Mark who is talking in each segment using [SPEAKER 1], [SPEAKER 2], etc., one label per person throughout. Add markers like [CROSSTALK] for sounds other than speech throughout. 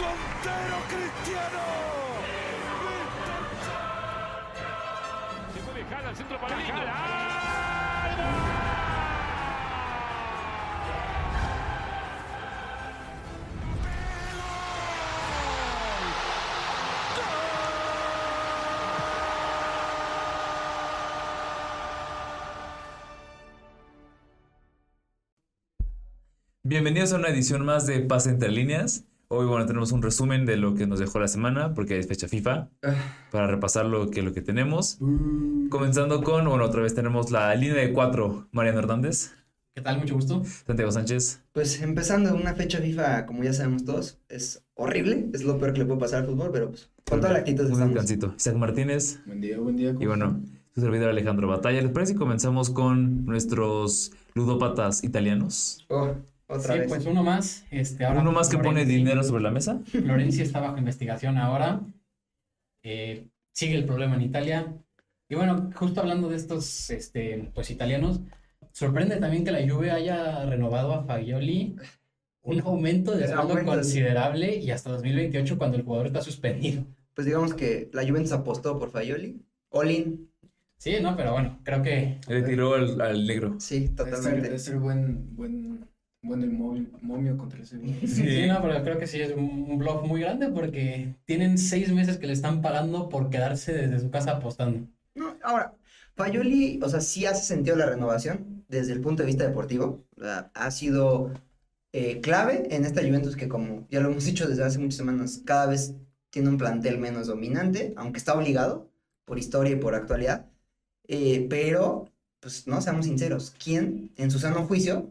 [SPEAKER 1] ¡Pero Cristiano!
[SPEAKER 2] Se mueve Jala al centro para Lindo.
[SPEAKER 3] Bienvenidos a una edición más de Pase Entre Líneas. Hoy, bueno, tenemos un resumen de lo que nos dejó la semana, porque es fecha FIFA,
[SPEAKER 4] Ah.
[SPEAKER 3] para repasar lo que, lo que tenemos.
[SPEAKER 4] Uh.
[SPEAKER 3] Comenzando con, bueno, otra vez tenemos la línea de cuatro, Mariano Hernández,
[SPEAKER 4] ¿Qué tal? Mucho gusto.
[SPEAKER 3] Santiago Sánchez,
[SPEAKER 5] Pues empezando una fecha FIFA, como ya sabemos todos, es horrible, es lo peor que le puede pasar al fútbol, pero pues con toda la actitud
[SPEAKER 3] un
[SPEAKER 5] estamos.
[SPEAKER 3] descansito, Isaac Martínez
[SPEAKER 6] Buen día, buen día.
[SPEAKER 3] y, bueno, su servidor Alejandro Batalla. ¿Les parece que comenzamos con nuestros ludópatas italianos?
[SPEAKER 5] Oh, otra
[SPEAKER 4] sí,
[SPEAKER 5] vez.
[SPEAKER 4] pues uno más. Este, ahora
[SPEAKER 3] ¿Uno más que pone
[SPEAKER 4] Florenzi-
[SPEAKER 3] dinero sobre la mesa?
[SPEAKER 4] Florenzi está bajo investigación ahora. Eh, sigue el problema en Italia. Y bueno, justo hablando de estos este, pues, italianos, sorprende también que la Juve haya renovado a Fagioli un aumento de
[SPEAKER 5] El
[SPEAKER 4] sueldo
[SPEAKER 5] aumento.
[SPEAKER 4] considerable y hasta 2028 cuando el jugador está suspendido.
[SPEAKER 5] Pues digamos que la Juventus apostó por Fayoli. Olin,
[SPEAKER 4] Sí, no, pero bueno, creo que
[SPEAKER 3] Le tiró al, al negro.
[SPEAKER 5] sí, totalmente.
[SPEAKER 6] Debe ser buen, buen, buen el momio, momio contra ese güey.
[SPEAKER 4] Sí. no, pero creo que sí es un, un blog muy grande porque tienen seis meses que le están pagando por quedarse desde su casa apostando.
[SPEAKER 5] No, ahora, Fayoli, o sea, sí hace sentido la renovación desde el punto de vista deportivo. O sea, ha sido eh, clave en esta Juventus que, como ya lo hemos [LAUGHS] dicho desde hace muchas semanas, cada vez tiene un plantel menos dominante, aunque está obligado por historia y por actualidad. Eh, pero, pues no, seamos sinceros, ¿quién en su sano juicio,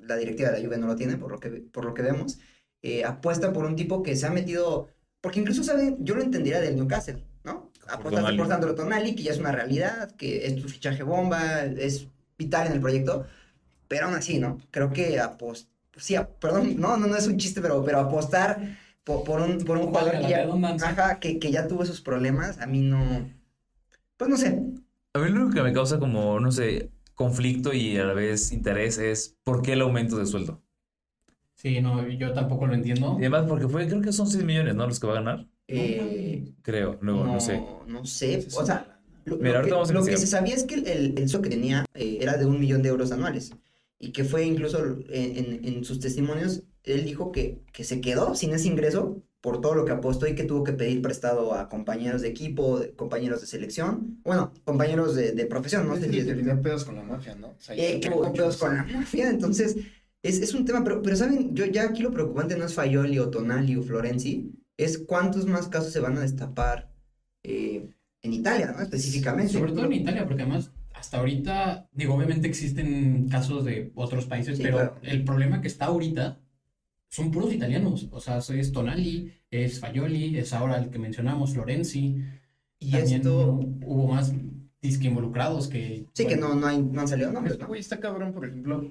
[SPEAKER 5] la directiva de la Juve no lo tiene, por lo que, por lo que vemos, eh, apuesta por un tipo que se ha metido, porque incluso, ¿saben? Yo lo entendería del Newcastle, ¿no? Apuestaste
[SPEAKER 3] Tonali.
[SPEAKER 5] por Sandro Tonali, que ya es una realidad, que es tu fichaje bomba, es vital en el proyecto, pero aún así, ¿no? Creo que apostar, sí, a- perdón, no, no, no es un chiste, pero, pero apostar por, por un, por un
[SPEAKER 4] Valga
[SPEAKER 5] jugador que
[SPEAKER 4] la
[SPEAKER 5] ya,
[SPEAKER 4] redundancia.
[SPEAKER 5] ajá, que, que ya tuvo sus problemas, a mí no, pues no sé,
[SPEAKER 3] A mí lo único que me causa como, no sé, conflicto y a la vez interés es por qué el aumento de sueldo.
[SPEAKER 4] Sí, no, yo tampoco lo entiendo.
[SPEAKER 3] Y además, porque fue, creo que son 6 millones, ¿no? Los que va a ganar.
[SPEAKER 5] eh,
[SPEAKER 3] Creo, luego, no, sé.
[SPEAKER 5] No sé. O sea, lo,
[SPEAKER 3] Mira,
[SPEAKER 5] lo
[SPEAKER 3] ahorita
[SPEAKER 5] que,
[SPEAKER 3] vamos a
[SPEAKER 5] lo que
[SPEAKER 3] investigar.
[SPEAKER 5] se sabía es que el, el, el sueldo que tenía eh, era de un millón de euros anuales. Y que fue incluso en, en- en sus testimonios, él dijo que, que se quedó sin ese ingreso por todo lo que apostó y que tuvo que pedir prestado a compañeros de equipo, de- compañeros de selección, bueno, compañeros de, de profesión, ¿no?
[SPEAKER 6] Es
[SPEAKER 5] sé si
[SPEAKER 6] el
[SPEAKER 5] es
[SPEAKER 6] que
[SPEAKER 5] de-
[SPEAKER 6] tenía pedos con la mafia, ¿no? O sea,
[SPEAKER 5] eh, que hubo pedos con la
[SPEAKER 6] [LAUGHS]
[SPEAKER 5] mafia. Entonces, es, es un tema, pero, pero saben, yo ya aquí lo preocupante no es Fayoli o Tonali o Florenzi, es cuántos más casos se van a destapar eh, en Italia, ¿no? Específicamente.
[SPEAKER 4] Sobre todo en Italia, porque además hasta ahorita, digo, obviamente existen casos de otros países,
[SPEAKER 5] Sí,
[SPEAKER 4] pero
[SPEAKER 5] claro.
[SPEAKER 4] el problema que está ahorita son puros italianos. O sea, es Tonali, es Fayoli, es ahora el que mencionamos, Florenzi.
[SPEAKER 5] Y
[SPEAKER 4] También
[SPEAKER 5] esto,
[SPEAKER 4] hubo más disque involucrados que...
[SPEAKER 5] sí que
[SPEAKER 4] bueno,
[SPEAKER 5] no, no, hay, no han salido nombres,
[SPEAKER 6] Este
[SPEAKER 5] ¿no?
[SPEAKER 6] güey está cabrón, por ejemplo,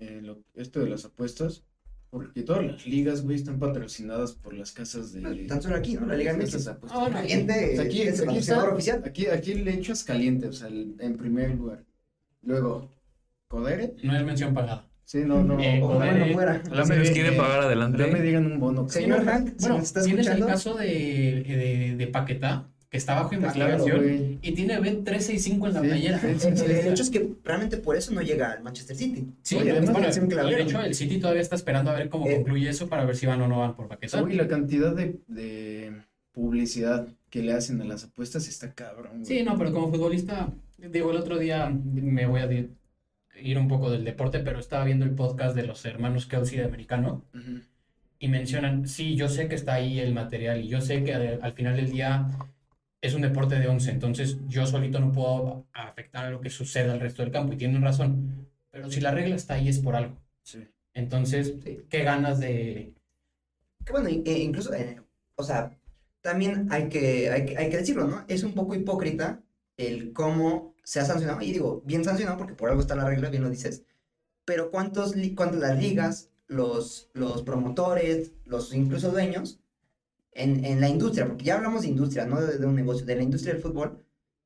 [SPEAKER 6] eh, lo- esto de las apuestas, porque todas las ligas, güey, están patrocinadas por las casas de...
[SPEAKER 5] Pues, Tan solo aquí, ¿no? La Liga
[SPEAKER 6] las
[SPEAKER 5] MX.
[SPEAKER 6] casas de apuestas.
[SPEAKER 4] Ah, bueno,
[SPEAKER 6] O sea,
[SPEAKER 5] Gente,
[SPEAKER 6] aquí,
[SPEAKER 5] es el
[SPEAKER 6] aquí,
[SPEAKER 5] este, patrocinador
[SPEAKER 6] está,
[SPEAKER 5] oficial.
[SPEAKER 6] aquí, aquí el hecho es caliente, o sea, el- en primer lugar. Luego, Codere.
[SPEAKER 4] No es mención pagada.
[SPEAKER 6] Sí, no, no.
[SPEAKER 4] Eh,
[SPEAKER 5] Ojalá
[SPEAKER 4] Codere.
[SPEAKER 5] no fuera.
[SPEAKER 3] Ojalá me los quieren pagar
[SPEAKER 6] Ojalá me
[SPEAKER 3] adelante.
[SPEAKER 6] digan un bono.
[SPEAKER 5] Señor Hank, si
[SPEAKER 4] Bueno,
[SPEAKER 5] nos está
[SPEAKER 4] tienes el
[SPEAKER 5] escuchando,
[SPEAKER 4] caso de, de, de Paquetá, que está bajo
[SPEAKER 6] Está claro,
[SPEAKER 4] investigación
[SPEAKER 6] güey.
[SPEAKER 4] y tiene B365 en la
[SPEAKER 6] Sí,
[SPEAKER 4] playera.
[SPEAKER 6] sí, sí,
[SPEAKER 5] el, el- el hecho es que realmente por eso no llega al Manchester City.
[SPEAKER 4] Sí,
[SPEAKER 5] Oye,
[SPEAKER 4] además,
[SPEAKER 5] además,
[SPEAKER 4] bueno,
[SPEAKER 5] decían que la
[SPEAKER 4] de
[SPEAKER 5] vieron.
[SPEAKER 4] hecho, el City todavía está esperando a ver cómo
[SPEAKER 5] Eh.
[SPEAKER 4] concluye eso para ver si van o no van por Paquetá.
[SPEAKER 6] Uy, la cantidad de, de publicidad que le hacen a las apuestas está cabrón, güey.
[SPEAKER 4] Sí, no, pero como futbolista, digo, el otro día me voy a di- ir un poco del deporte, pero estaba viendo el podcast de los hermanos Kelsey de Americano
[SPEAKER 6] Ujú.
[SPEAKER 4] y mencionan, sí, yo sé que está ahí el material y yo sé que al, al final del día es un deporte de 11, entonces yo solito no puedo afectar a lo que suceda al resto del campo y tienen razón, pero si la regla está ahí es por algo.
[SPEAKER 6] Sí.
[SPEAKER 4] Entonces,
[SPEAKER 5] Sí.
[SPEAKER 4] ¿qué ganas de...?
[SPEAKER 5] Que bueno, in- e incluso, eh, o sea, también hay que, hay, que- hay que decirlo, ¿no? Es un poco hipócrita el cómo se ha sancionado, y digo, bien sancionado porque por algo está la regla, bien lo dices, pero cuántos, li- cuántas las ligas, los, los promotores, los incluso dueños, en, en la industria, porque ya hablamos de industria, no de, de un negocio, de la industria del fútbol,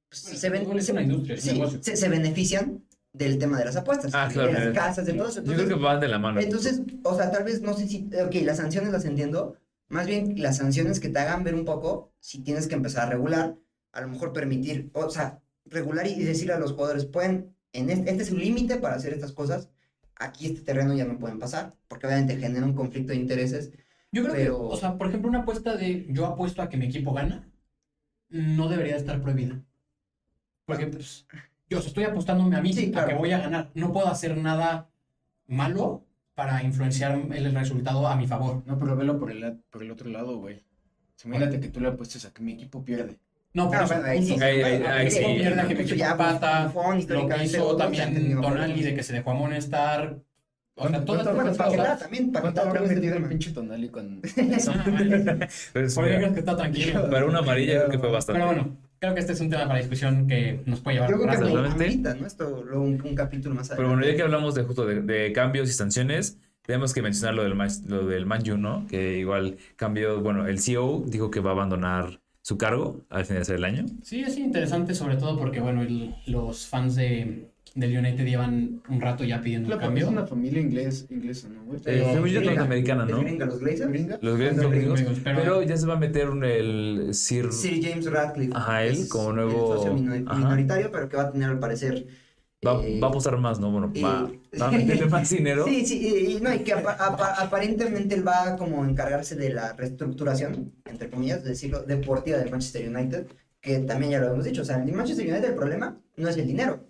[SPEAKER 5] pues,
[SPEAKER 4] Bueno,
[SPEAKER 5] se,
[SPEAKER 4] el
[SPEAKER 5] ven-
[SPEAKER 4] fútbol es
[SPEAKER 5] se-
[SPEAKER 4] una industria, es un
[SPEAKER 5] sí,
[SPEAKER 4] negocio.
[SPEAKER 5] se- se benefician del tema de las apuestas,
[SPEAKER 3] Ah, claro,
[SPEAKER 5] de las
[SPEAKER 3] mira.
[SPEAKER 5] casas, de todo eso.
[SPEAKER 3] Yo
[SPEAKER 5] Entonces,
[SPEAKER 3] creo que van de la mano.
[SPEAKER 5] entonces, o sea, tal vez no sé si. Ok, las sanciones las entiendo, Más bien las sanciones que te hagan ver un poco si tienes que empezar a regular, a lo mejor permitir, o sea, regular y decirle a los jugadores, pueden, en este, este es su límite para hacer estas cosas, aquí este terreno ya no pueden pasar, porque obviamente genera un conflicto de intereses.
[SPEAKER 4] Yo creo que,
[SPEAKER 5] Pero-
[SPEAKER 4] o sea, por ejemplo, una apuesta de yo apuesto a que mi equipo gana, no debería estar prohibida. Porque, pues, yo estoy apostándome a mí,
[SPEAKER 5] Sí,
[SPEAKER 4] a que
[SPEAKER 5] claro.
[SPEAKER 4] voy a ganar. No puedo hacer nada malo para influenciar el resultado a mi favor.
[SPEAKER 6] No, pero velo por el, la- por el otro lado, güey. O sea, Imagínate que tú le apuestes a que mi equipo pierde.
[SPEAKER 4] No, por
[SPEAKER 5] Ah,
[SPEAKER 4] eso,
[SPEAKER 5] bueno, ahí sí.
[SPEAKER 4] justo,
[SPEAKER 3] Ahí- ahí-
[SPEAKER 4] a
[SPEAKER 3] ahí
[SPEAKER 4] mi
[SPEAKER 3] sí.
[SPEAKER 4] equipo pierda, que mi
[SPEAKER 5] Mucho
[SPEAKER 4] equipo
[SPEAKER 5] ya,
[SPEAKER 4] empata,
[SPEAKER 5] Buffon,
[SPEAKER 4] lo que
[SPEAKER 5] históricamente,
[SPEAKER 4] hizo
[SPEAKER 5] otros se han
[SPEAKER 4] también
[SPEAKER 5] tenido
[SPEAKER 4] Tonali
[SPEAKER 5] problemas.
[SPEAKER 4] de que se dejó amonestar. O sea,
[SPEAKER 6] ¿Cuánto-
[SPEAKER 4] todas
[SPEAKER 6] cuánto-
[SPEAKER 4] estas
[SPEAKER 5] Bueno,
[SPEAKER 6] cuánto-
[SPEAKER 4] cosas.
[SPEAKER 5] Paquetá también,
[SPEAKER 6] ¿Cuánto
[SPEAKER 5] Paquetá
[SPEAKER 6] habrá
[SPEAKER 5] tuvo este
[SPEAKER 6] metido el
[SPEAKER 5] tema.
[SPEAKER 6] pinche
[SPEAKER 5] [LAUGHS]
[SPEAKER 6] Tonali
[SPEAKER 4] No
[SPEAKER 6] con...
[SPEAKER 4] mames,
[SPEAKER 3] Pues,
[SPEAKER 4] ¿Por qué
[SPEAKER 3] mira,
[SPEAKER 4] crees que está tranquilo?
[SPEAKER 3] para una amarilla creo que fue bastante.
[SPEAKER 4] Pero bueno, creo que este es un tema para discusión que nos puede llevar.
[SPEAKER 5] Yo creo que
[SPEAKER 4] rato.
[SPEAKER 5] lo
[SPEAKER 3] Exactamente.
[SPEAKER 5] amerita, ¿no? Esto, lo- un, un capítulo más
[SPEAKER 3] Ah, Pero bueno,
[SPEAKER 5] adelante.
[SPEAKER 3] ya que hablamos de justo de, de cambios y sanciones, tenemos que mencionar lo del, Mas- lo del Manju, ¿no? Que igual cambió, bueno, el CEO dijo que va a abandonar su cargo al finalizar el año.
[SPEAKER 4] Sí, es interesante, sobre todo porque, bueno, el- los fans de, del United llevan un rato ya pidiendo un
[SPEAKER 6] La familia
[SPEAKER 4] cambio.
[SPEAKER 6] es una familia inglés, inglesa, ¿no, güey?
[SPEAKER 3] Eh, según yo,
[SPEAKER 5] Gringa.
[SPEAKER 3] norteamericana,
[SPEAKER 5] Es
[SPEAKER 3] ¿no?
[SPEAKER 5] gringa, los Glazers.
[SPEAKER 6] Gringa.
[SPEAKER 3] Los grandes
[SPEAKER 5] Los
[SPEAKER 3] amigos.
[SPEAKER 4] amigos, pero-
[SPEAKER 3] Pero ya se va a meter un, el Sir.
[SPEAKER 5] Sir James Radcliffe.
[SPEAKER 3] Ajá,
[SPEAKER 5] que
[SPEAKER 3] él como nuevo-
[SPEAKER 5] el socio minor-
[SPEAKER 3] ajá.
[SPEAKER 5] minoritario, pero que va a tener al parecer.
[SPEAKER 3] Va,
[SPEAKER 5] eh,
[SPEAKER 3] va a apostar más, ¿no? Bueno,
[SPEAKER 5] eh,
[SPEAKER 3] va, va a meterle más dinero.
[SPEAKER 5] Sí, sí, y, y no, y que apa- apa- aparentemente él va a como encargarse de la reestructuración, entre comillas, de decirlo, deportiva del Manchester United, que también ya lo hemos dicho. O sea, el Manchester United el problema no es el dinero.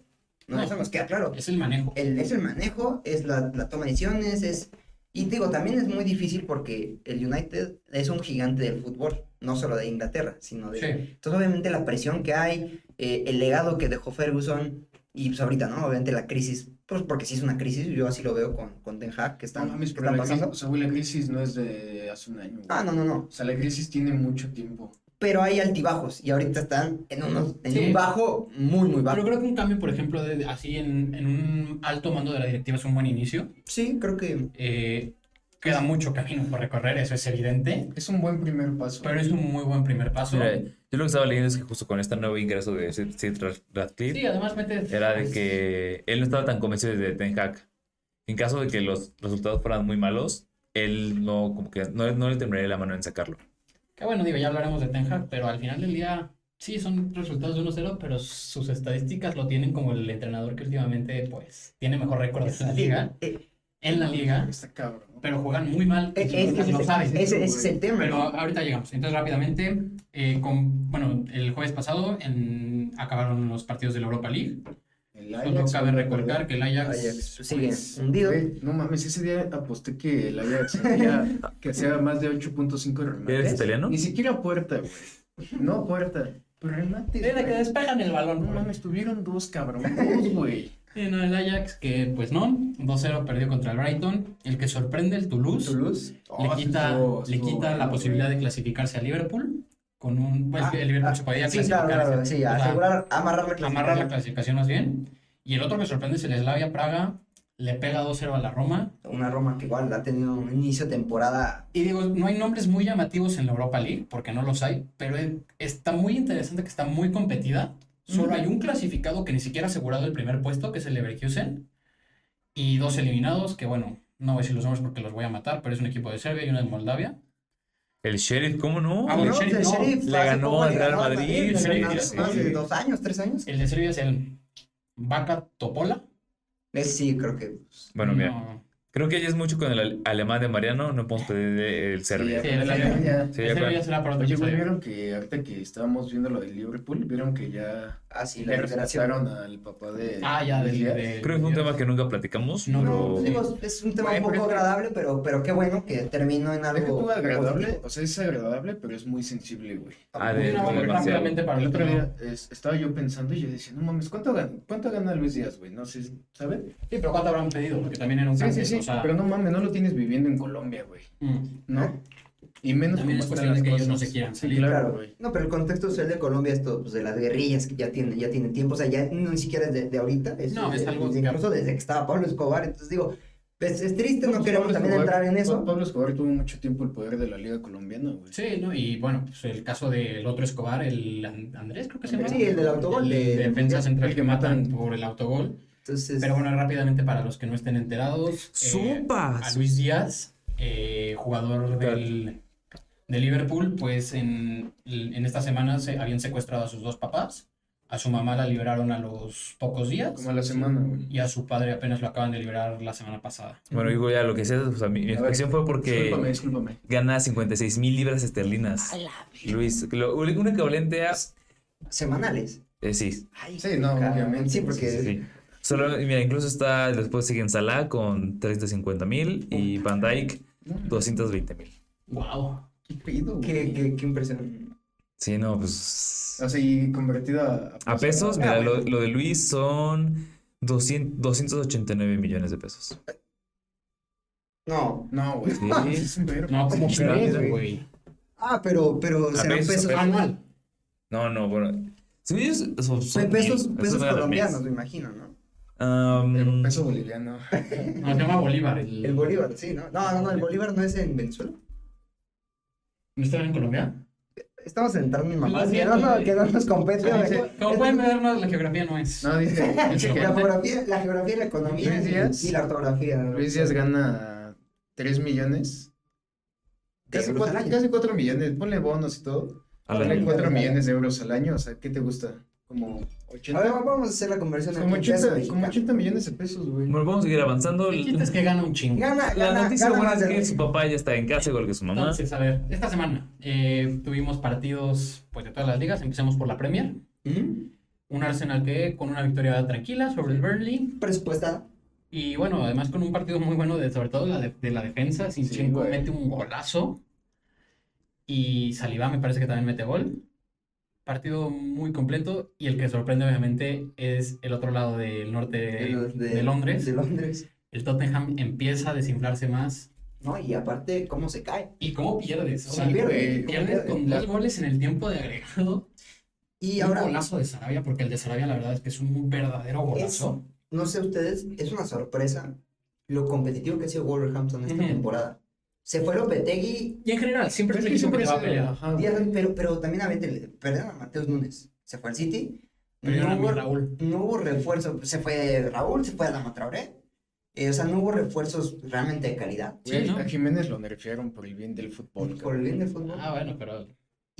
[SPEAKER 5] No,
[SPEAKER 4] No.
[SPEAKER 5] eso nos queda claro.
[SPEAKER 4] Es el manejo.
[SPEAKER 5] el- es el manejo, es la, la toma de decisiones, es... Y te digo, también es muy difícil porque el United es un gigante del fútbol, no solo de Inglaterra, sino de...
[SPEAKER 4] Sí.
[SPEAKER 5] Entonces, obviamente la presión que hay, eh, el legado que dejó Ferguson, y pues ahorita, ¿no? Obviamente la crisis, pues porque sí es una crisis, yo así lo veo con, con Ten Hag, que
[SPEAKER 6] No
[SPEAKER 5] están,
[SPEAKER 6] mames,
[SPEAKER 5] que
[SPEAKER 6] pero
[SPEAKER 5] están
[SPEAKER 6] la crisis,
[SPEAKER 5] pasando.
[SPEAKER 6] o sea, güey, la crisis no es de hace un año, güey.
[SPEAKER 5] Ah, no, no, no.
[SPEAKER 6] O sea, la crisis tiene mucho tiempo.
[SPEAKER 5] Pero hay altibajos, y ahorita están en, unos- en
[SPEAKER 4] Sí.
[SPEAKER 5] un bajo muy, muy
[SPEAKER 4] Pero
[SPEAKER 5] bajo.
[SPEAKER 4] creo que un cambio, por ejemplo, de- así en, en un alto mando de la directiva es un buen inicio.
[SPEAKER 5] Sí, creo que...
[SPEAKER 4] Eh, queda mucho camino por recorrer, eso es evidente,
[SPEAKER 6] Es un buen primer paso.
[SPEAKER 4] pero es un muy buen primer paso.
[SPEAKER 3] Mira, yo lo que estaba leyendo es que justo con este nuevo ingreso de Sir Sir Radcliffe.
[SPEAKER 4] Sí, además mete...
[SPEAKER 3] era de que él no estaba tan convencido de Ten Hag. En caso de que los resultados fueran muy malos, él no, como que no, no le temblaría la mano en sacarlo.
[SPEAKER 4] Que bueno, digo, ya hablaremos de Ten Hag, pero al final del día sí son resultados de 1-0, pero sus estadísticas lo tienen como el entrenador que últimamente pues tiene mejor récord en la liga,
[SPEAKER 5] Eh,
[SPEAKER 4] en la liga,
[SPEAKER 6] Está cabrón.
[SPEAKER 4] pero juegan muy mal,
[SPEAKER 5] eh,
[SPEAKER 4] y
[SPEAKER 5] ese-
[SPEAKER 4] lo sabes.
[SPEAKER 5] ese, ese es el tema.
[SPEAKER 4] Pero ahorita llegamos. Entonces rápidamente, eh, con, bueno, el jueves pasado en- acabaron los partidos de la Europa League.
[SPEAKER 6] El
[SPEAKER 4] Solo cabe
[SPEAKER 6] güey,
[SPEAKER 4] recalcar que el Ajax,
[SPEAKER 5] Ajax, sigue
[SPEAKER 6] pues,
[SPEAKER 5] hundido.
[SPEAKER 6] güey, no mames, ese día aposté que el Ajax
[SPEAKER 4] [LAUGHS]
[SPEAKER 6] hacía, que hacía más de 8.5 remates.
[SPEAKER 3] ¿Eres italiano?
[SPEAKER 6] Ni siquiera puerta, güey. No puerta. Pero remates.
[SPEAKER 4] Era que
[SPEAKER 6] güey.
[SPEAKER 4] despejan el balón.
[SPEAKER 6] No
[SPEAKER 4] por-
[SPEAKER 6] mames, tuvieron dos cabrones, güey.
[SPEAKER 4] Sí, no, el Ajax que pues no, 2-0 perdió contra el Brighton. El que sorprende el Toulouse.
[SPEAKER 6] Toulouse.
[SPEAKER 4] le
[SPEAKER 6] Oh,
[SPEAKER 4] quita,
[SPEAKER 6] estuvo-
[SPEAKER 4] le
[SPEAKER 6] estuvo
[SPEAKER 4] quita la
[SPEAKER 6] bueno,
[SPEAKER 4] posibilidad
[SPEAKER 6] güey.
[SPEAKER 4] de clasificarse a Liverpool con un pues
[SPEAKER 5] Ah,
[SPEAKER 4] que el Liverpool
[SPEAKER 5] ah,
[SPEAKER 4] se podía
[SPEAKER 5] sí,
[SPEAKER 4] clasificar
[SPEAKER 5] claro, claro, sí,
[SPEAKER 4] o sea,
[SPEAKER 5] asegurar, amarrar la
[SPEAKER 4] amarrar la clasificación
[SPEAKER 5] clasificación.
[SPEAKER 4] más bien y el otro que sorprende es el Slavia Praga le pega 2-0 a la Roma
[SPEAKER 5] Una Roma que igual ha tenido un inicio de temporada.
[SPEAKER 4] y digo no hay nombres muy llamativos en la Europa League porque no los hay pero eh, está muy interesante que está muy competida solo
[SPEAKER 5] Ujú.
[SPEAKER 4] hay un clasificado que ni siquiera ha asegurado el primer puesto que es el Leverkusen y dos eliminados que bueno no voy a decir los nombres porque los voy a matar pero es un equipo de Serbia y uno de Moldavia
[SPEAKER 3] El Sheriff, ¿cómo no?
[SPEAKER 4] Ah, bueno, el Sheriff no,
[SPEAKER 3] le
[SPEAKER 5] hace
[SPEAKER 3] ganó
[SPEAKER 5] poco
[SPEAKER 3] al
[SPEAKER 5] le
[SPEAKER 3] Real
[SPEAKER 5] ganó al
[SPEAKER 3] Madrid,
[SPEAKER 5] Madrid,
[SPEAKER 4] sí,
[SPEAKER 5] hace
[SPEAKER 3] sí.
[SPEAKER 5] más de dos años, tres años.
[SPEAKER 4] El de Serbia es el Vaca Topola.
[SPEAKER 5] Ese sí, creo que. pues,
[SPEAKER 3] Bueno, mira,
[SPEAKER 4] No.
[SPEAKER 3] creo que ya es mucho con el ale- alemán de Mariano, no podemos pedir el serbio.
[SPEAKER 4] Sí,
[SPEAKER 6] Sí,
[SPEAKER 4] el
[SPEAKER 6] la
[SPEAKER 4] Ajax.
[SPEAKER 6] Alemania.
[SPEAKER 3] Sí,
[SPEAKER 4] El
[SPEAKER 3] ya,
[SPEAKER 4] Serbia
[SPEAKER 3] claro.
[SPEAKER 4] será para otro
[SPEAKER 6] Oye, güey,
[SPEAKER 4] episodio.
[SPEAKER 6] vieron que ahorita que estábamos viendo lo de Liverpool, vieron que ya
[SPEAKER 5] Así, la
[SPEAKER 6] le
[SPEAKER 5] liberación.
[SPEAKER 6] rescataron al papá de.
[SPEAKER 4] Ah, ya, del.
[SPEAKER 6] Díaz.
[SPEAKER 4] del-
[SPEAKER 3] Creo que fue un tema que nunca platicamos,
[SPEAKER 4] No,
[SPEAKER 5] No,
[SPEAKER 3] pero
[SPEAKER 5] pues digo, es un tema
[SPEAKER 6] Güey,
[SPEAKER 5] un
[SPEAKER 6] pero
[SPEAKER 5] poco
[SPEAKER 6] es que-
[SPEAKER 5] agradable, pero, pero qué bueno que terminó en
[SPEAKER 6] Ah, Deja
[SPEAKER 5] algo.
[SPEAKER 6] tú agradable,
[SPEAKER 5] positivo.
[SPEAKER 6] o sea, es agradable, pero es muy sensible, güey.
[SPEAKER 3] Ah,
[SPEAKER 4] Una
[SPEAKER 3] de-
[SPEAKER 4] hora
[SPEAKER 3] demasiado.
[SPEAKER 4] rápidamente para
[SPEAKER 6] El
[SPEAKER 4] el
[SPEAKER 6] otro
[SPEAKER 4] otro
[SPEAKER 6] día es- estaba yo pensando y yo decía, no mames, ¿cuánto gana, cuánto gana Luis Díaz, güey? No sé, ¿sabes?
[SPEAKER 4] Sí, pero ¿cuánto habrán pedido? Porque también era un
[SPEAKER 6] Sí,
[SPEAKER 4] cambio.
[SPEAKER 6] sí, sí,
[SPEAKER 4] o sea,
[SPEAKER 6] pero no mames, no lo tienes viviendo en Colombia, güey,
[SPEAKER 4] mm.
[SPEAKER 6] ¿no? Y menos
[SPEAKER 4] También
[SPEAKER 6] como
[SPEAKER 4] es cuestión
[SPEAKER 6] están las
[SPEAKER 4] de que ellos
[SPEAKER 6] cosas.
[SPEAKER 4] no se quieran
[SPEAKER 6] Sí,
[SPEAKER 4] salir.
[SPEAKER 6] claro, güey.
[SPEAKER 5] No, pero el contexto social de Colombia es todo, pues, de las guerrillas que ya tiene, ya tiene tiempo, o sea, ya no ni siquiera es de, de ahorita, es,
[SPEAKER 4] No, es
[SPEAKER 5] de-
[SPEAKER 4] algo-
[SPEAKER 5] desde- incluso desde que estaba Pablo Escobar, entonces digo, es, es triste, no
[SPEAKER 6] Pues
[SPEAKER 5] queremos
[SPEAKER 6] Pablo
[SPEAKER 5] también
[SPEAKER 6] Escobar-
[SPEAKER 5] entrar en eso.
[SPEAKER 6] Pa- Pablo Escobar tuvo mucho tiempo el poder de la liga colombiana, güey.
[SPEAKER 4] Sí, ¿no? Y bueno, pues el caso del otro Escobar, el And- Andrés, creo que se llama.
[SPEAKER 5] Sí, el del autogol
[SPEAKER 4] El
[SPEAKER 5] de-
[SPEAKER 4] defensa central
[SPEAKER 6] el
[SPEAKER 4] que
[SPEAKER 6] que
[SPEAKER 4] matan
[SPEAKER 6] matan.
[SPEAKER 4] por el autogol.
[SPEAKER 5] Entonces,
[SPEAKER 4] Pero bueno, rápidamente para los que no estén enterados. eh,
[SPEAKER 3] ¡Supas!
[SPEAKER 4] a Luis Díaz, eh, jugador del de Liverpool, pues en, en esta semana se habían secuestrado a sus dos papás. A su mamá la liberaron a los pocos días.
[SPEAKER 6] Como a la semana, güey.
[SPEAKER 4] Y a su padre apenas lo acaban de liberar la semana pasada.
[SPEAKER 3] Bueno, digo ya lo que sea, pues a mí, mi
[SPEAKER 6] ver,
[SPEAKER 3] explicación fue
[SPEAKER 6] Discúlpame,
[SPEAKER 3] porque
[SPEAKER 6] discúlpame.
[SPEAKER 3] gana 56 mil libras esterlinas. Luis, lo un equivalente a.
[SPEAKER 5] Semanales.
[SPEAKER 3] eh, sí,
[SPEAKER 5] Ay,
[SPEAKER 6] Sí, no,
[SPEAKER 5] cabrón.
[SPEAKER 6] obviamente.
[SPEAKER 5] Sí, porque
[SPEAKER 3] sí, sí. Solo, mira, incluso está. Después siguen Salah con 350 mil y Van Dyke 220 mil.
[SPEAKER 4] ¡Wow!
[SPEAKER 6] ¿Qué pedo, güey?
[SPEAKER 5] qué, qué, qué impresionante.
[SPEAKER 3] Sí, no, pues.
[SPEAKER 6] Así convertida
[SPEAKER 3] A pesos,
[SPEAKER 6] Ah,
[SPEAKER 3] mira, lo,
[SPEAKER 6] bueno.
[SPEAKER 3] lo de Luis son 200 289 millones de pesos.
[SPEAKER 5] No.
[SPEAKER 6] No, güey.
[SPEAKER 3] Sí.
[SPEAKER 6] es un verbo.
[SPEAKER 4] No, como
[SPEAKER 5] Sí,
[SPEAKER 4] crees,
[SPEAKER 5] güey.
[SPEAKER 4] güey. Ah,
[SPEAKER 5] Ah, pero, pero
[SPEAKER 3] A
[SPEAKER 5] serán
[SPEAKER 3] pesos,
[SPEAKER 5] pesos. Ah,
[SPEAKER 3] a
[SPEAKER 4] Anual.
[SPEAKER 3] No, no, bueno. Según yo, son- son
[SPEAKER 5] Son pesos,
[SPEAKER 3] mil, eso
[SPEAKER 5] pesos
[SPEAKER 3] no era mes.
[SPEAKER 5] colombianos, pues, me imagino, ¿no?
[SPEAKER 3] Am,
[SPEAKER 6] El peso boliviano.
[SPEAKER 4] No, se llama Bolívar. El,
[SPEAKER 5] El Bolívar, sí, ¿no? No, no, no, el Bolívar no es en Venezuela.
[SPEAKER 4] ¿No estaba en Colombia?
[SPEAKER 5] Estamos en mi mamá.
[SPEAKER 4] Lo
[SPEAKER 5] Que
[SPEAKER 4] siento,
[SPEAKER 5] no, no,
[SPEAKER 4] güey.
[SPEAKER 5] que no nos compete.
[SPEAKER 6] Como
[SPEAKER 5] güey.
[SPEAKER 4] Como pueden ver, no, la geografía no es.
[SPEAKER 6] No, dice,
[SPEAKER 5] [LAUGHS] La
[SPEAKER 6] dice que
[SPEAKER 5] geografía, la geografía, la economía
[SPEAKER 6] Luis
[SPEAKER 5] y-
[SPEAKER 6] Díaz.
[SPEAKER 5] y la ortografía. ¿no?
[SPEAKER 6] Luis Díaz gana 3 millones.
[SPEAKER 5] De
[SPEAKER 6] Casi
[SPEAKER 5] euros al
[SPEAKER 6] 4,
[SPEAKER 5] año.
[SPEAKER 6] casi cuatro millones. Ponle bonos y todo.
[SPEAKER 3] a la
[SPEAKER 6] Ponle
[SPEAKER 5] Dale.
[SPEAKER 3] mil.
[SPEAKER 6] 4 millones de euros al año. O sea, ¿qué te gusta? Como
[SPEAKER 5] A ver,
[SPEAKER 6] 80.
[SPEAKER 5] vamos a hacer la conversión
[SPEAKER 6] Como
[SPEAKER 5] aquí en
[SPEAKER 6] 80,
[SPEAKER 5] peso
[SPEAKER 6] como
[SPEAKER 5] mexicano.
[SPEAKER 6] 80 millones de pesos, güey.
[SPEAKER 3] Bueno, vamos a seguir avanzando.
[SPEAKER 4] El chiste es que gana un chingo.
[SPEAKER 5] Gana,
[SPEAKER 3] La
[SPEAKER 5] gana,
[SPEAKER 3] noticia
[SPEAKER 5] gana
[SPEAKER 3] buena
[SPEAKER 5] más
[SPEAKER 3] es
[SPEAKER 5] de
[SPEAKER 3] que su papá ya está en casa, igual que su mamá.
[SPEAKER 4] Entonces, a ver, esta semana eh, tuvimos partidos pues, de todas las ligas. Empecemos por la Premier.
[SPEAKER 5] Ujú.
[SPEAKER 4] Un Arsenal que con una victoria tranquila sobre el Burnley.
[SPEAKER 5] Presupuestada.
[SPEAKER 4] Y bueno, además con un partido muy bueno, de, sobre todo la de, de la defensa. Sinchenko
[SPEAKER 6] güey.
[SPEAKER 4] mete un golazo. Y Saliba me parece que también mete gol. Partido muy completo. Y el que sorprende, obviamente, es el otro lado del norte
[SPEAKER 5] de
[SPEAKER 4] de,
[SPEAKER 5] los de-
[SPEAKER 4] Londres.
[SPEAKER 5] De Londres.
[SPEAKER 4] El Tottenham empieza a desinflarse más.
[SPEAKER 5] No, y aparte, ¿cómo se cae?
[SPEAKER 4] ¿Y cómo pierdes? O
[SPEAKER 5] Sí,
[SPEAKER 4] sea,
[SPEAKER 5] pierde,
[SPEAKER 6] güey.
[SPEAKER 4] pierdes con
[SPEAKER 6] La-
[SPEAKER 4] dos goles en el tiempo de agregado.
[SPEAKER 5] Y
[SPEAKER 4] Y ahora. Un
[SPEAKER 5] ahora,
[SPEAKER 4] golazo de Sarabia, porque el de Sarabia, la verdad es que es un verdadero golazo.
[SPEAKER 5] no sé ustedes, es una sorpresa lo competitivo que ha sido Wolverhampton esta
[SPEAKER 4] Ujú.
[SPEAKER 5] temporada. Se fue Lopetegui,
[SPEAKER 4] Y en general, siempre es un
[SPEAKER 6] que
[SPEAKER 4] equipo que te va a
[SPEAKER 6] siempre
[SPEAKER 4] pelear.
[SPEAKER 6] es- ajá, güey.
[SPEAKER 5] Díaz, pero, pero también a perdieron a Mateus Núñez. Se fue al City.
[SPEAKER 4] Perdieron a
[SPEAKER 5] no,
[SPEAKER 4] mi
[SPEAKER 5] hubo,
[SPEAKER 4] Raúl.
[SPEAKER 5] no hubo refuerzo. Se fue Raúl, se fue Adama Traoré. Eh, o sea, no hubo refuerzos realmente de calidad
[SPEAKER 4] Sí, ¿no?
[SPEAKER 6] A Jiménez lo nerfearon por el bien del fútbol.
[SPEAKER 5] por el bien del fútbol.
[SPEAKER 4] Ah, bueno, pero.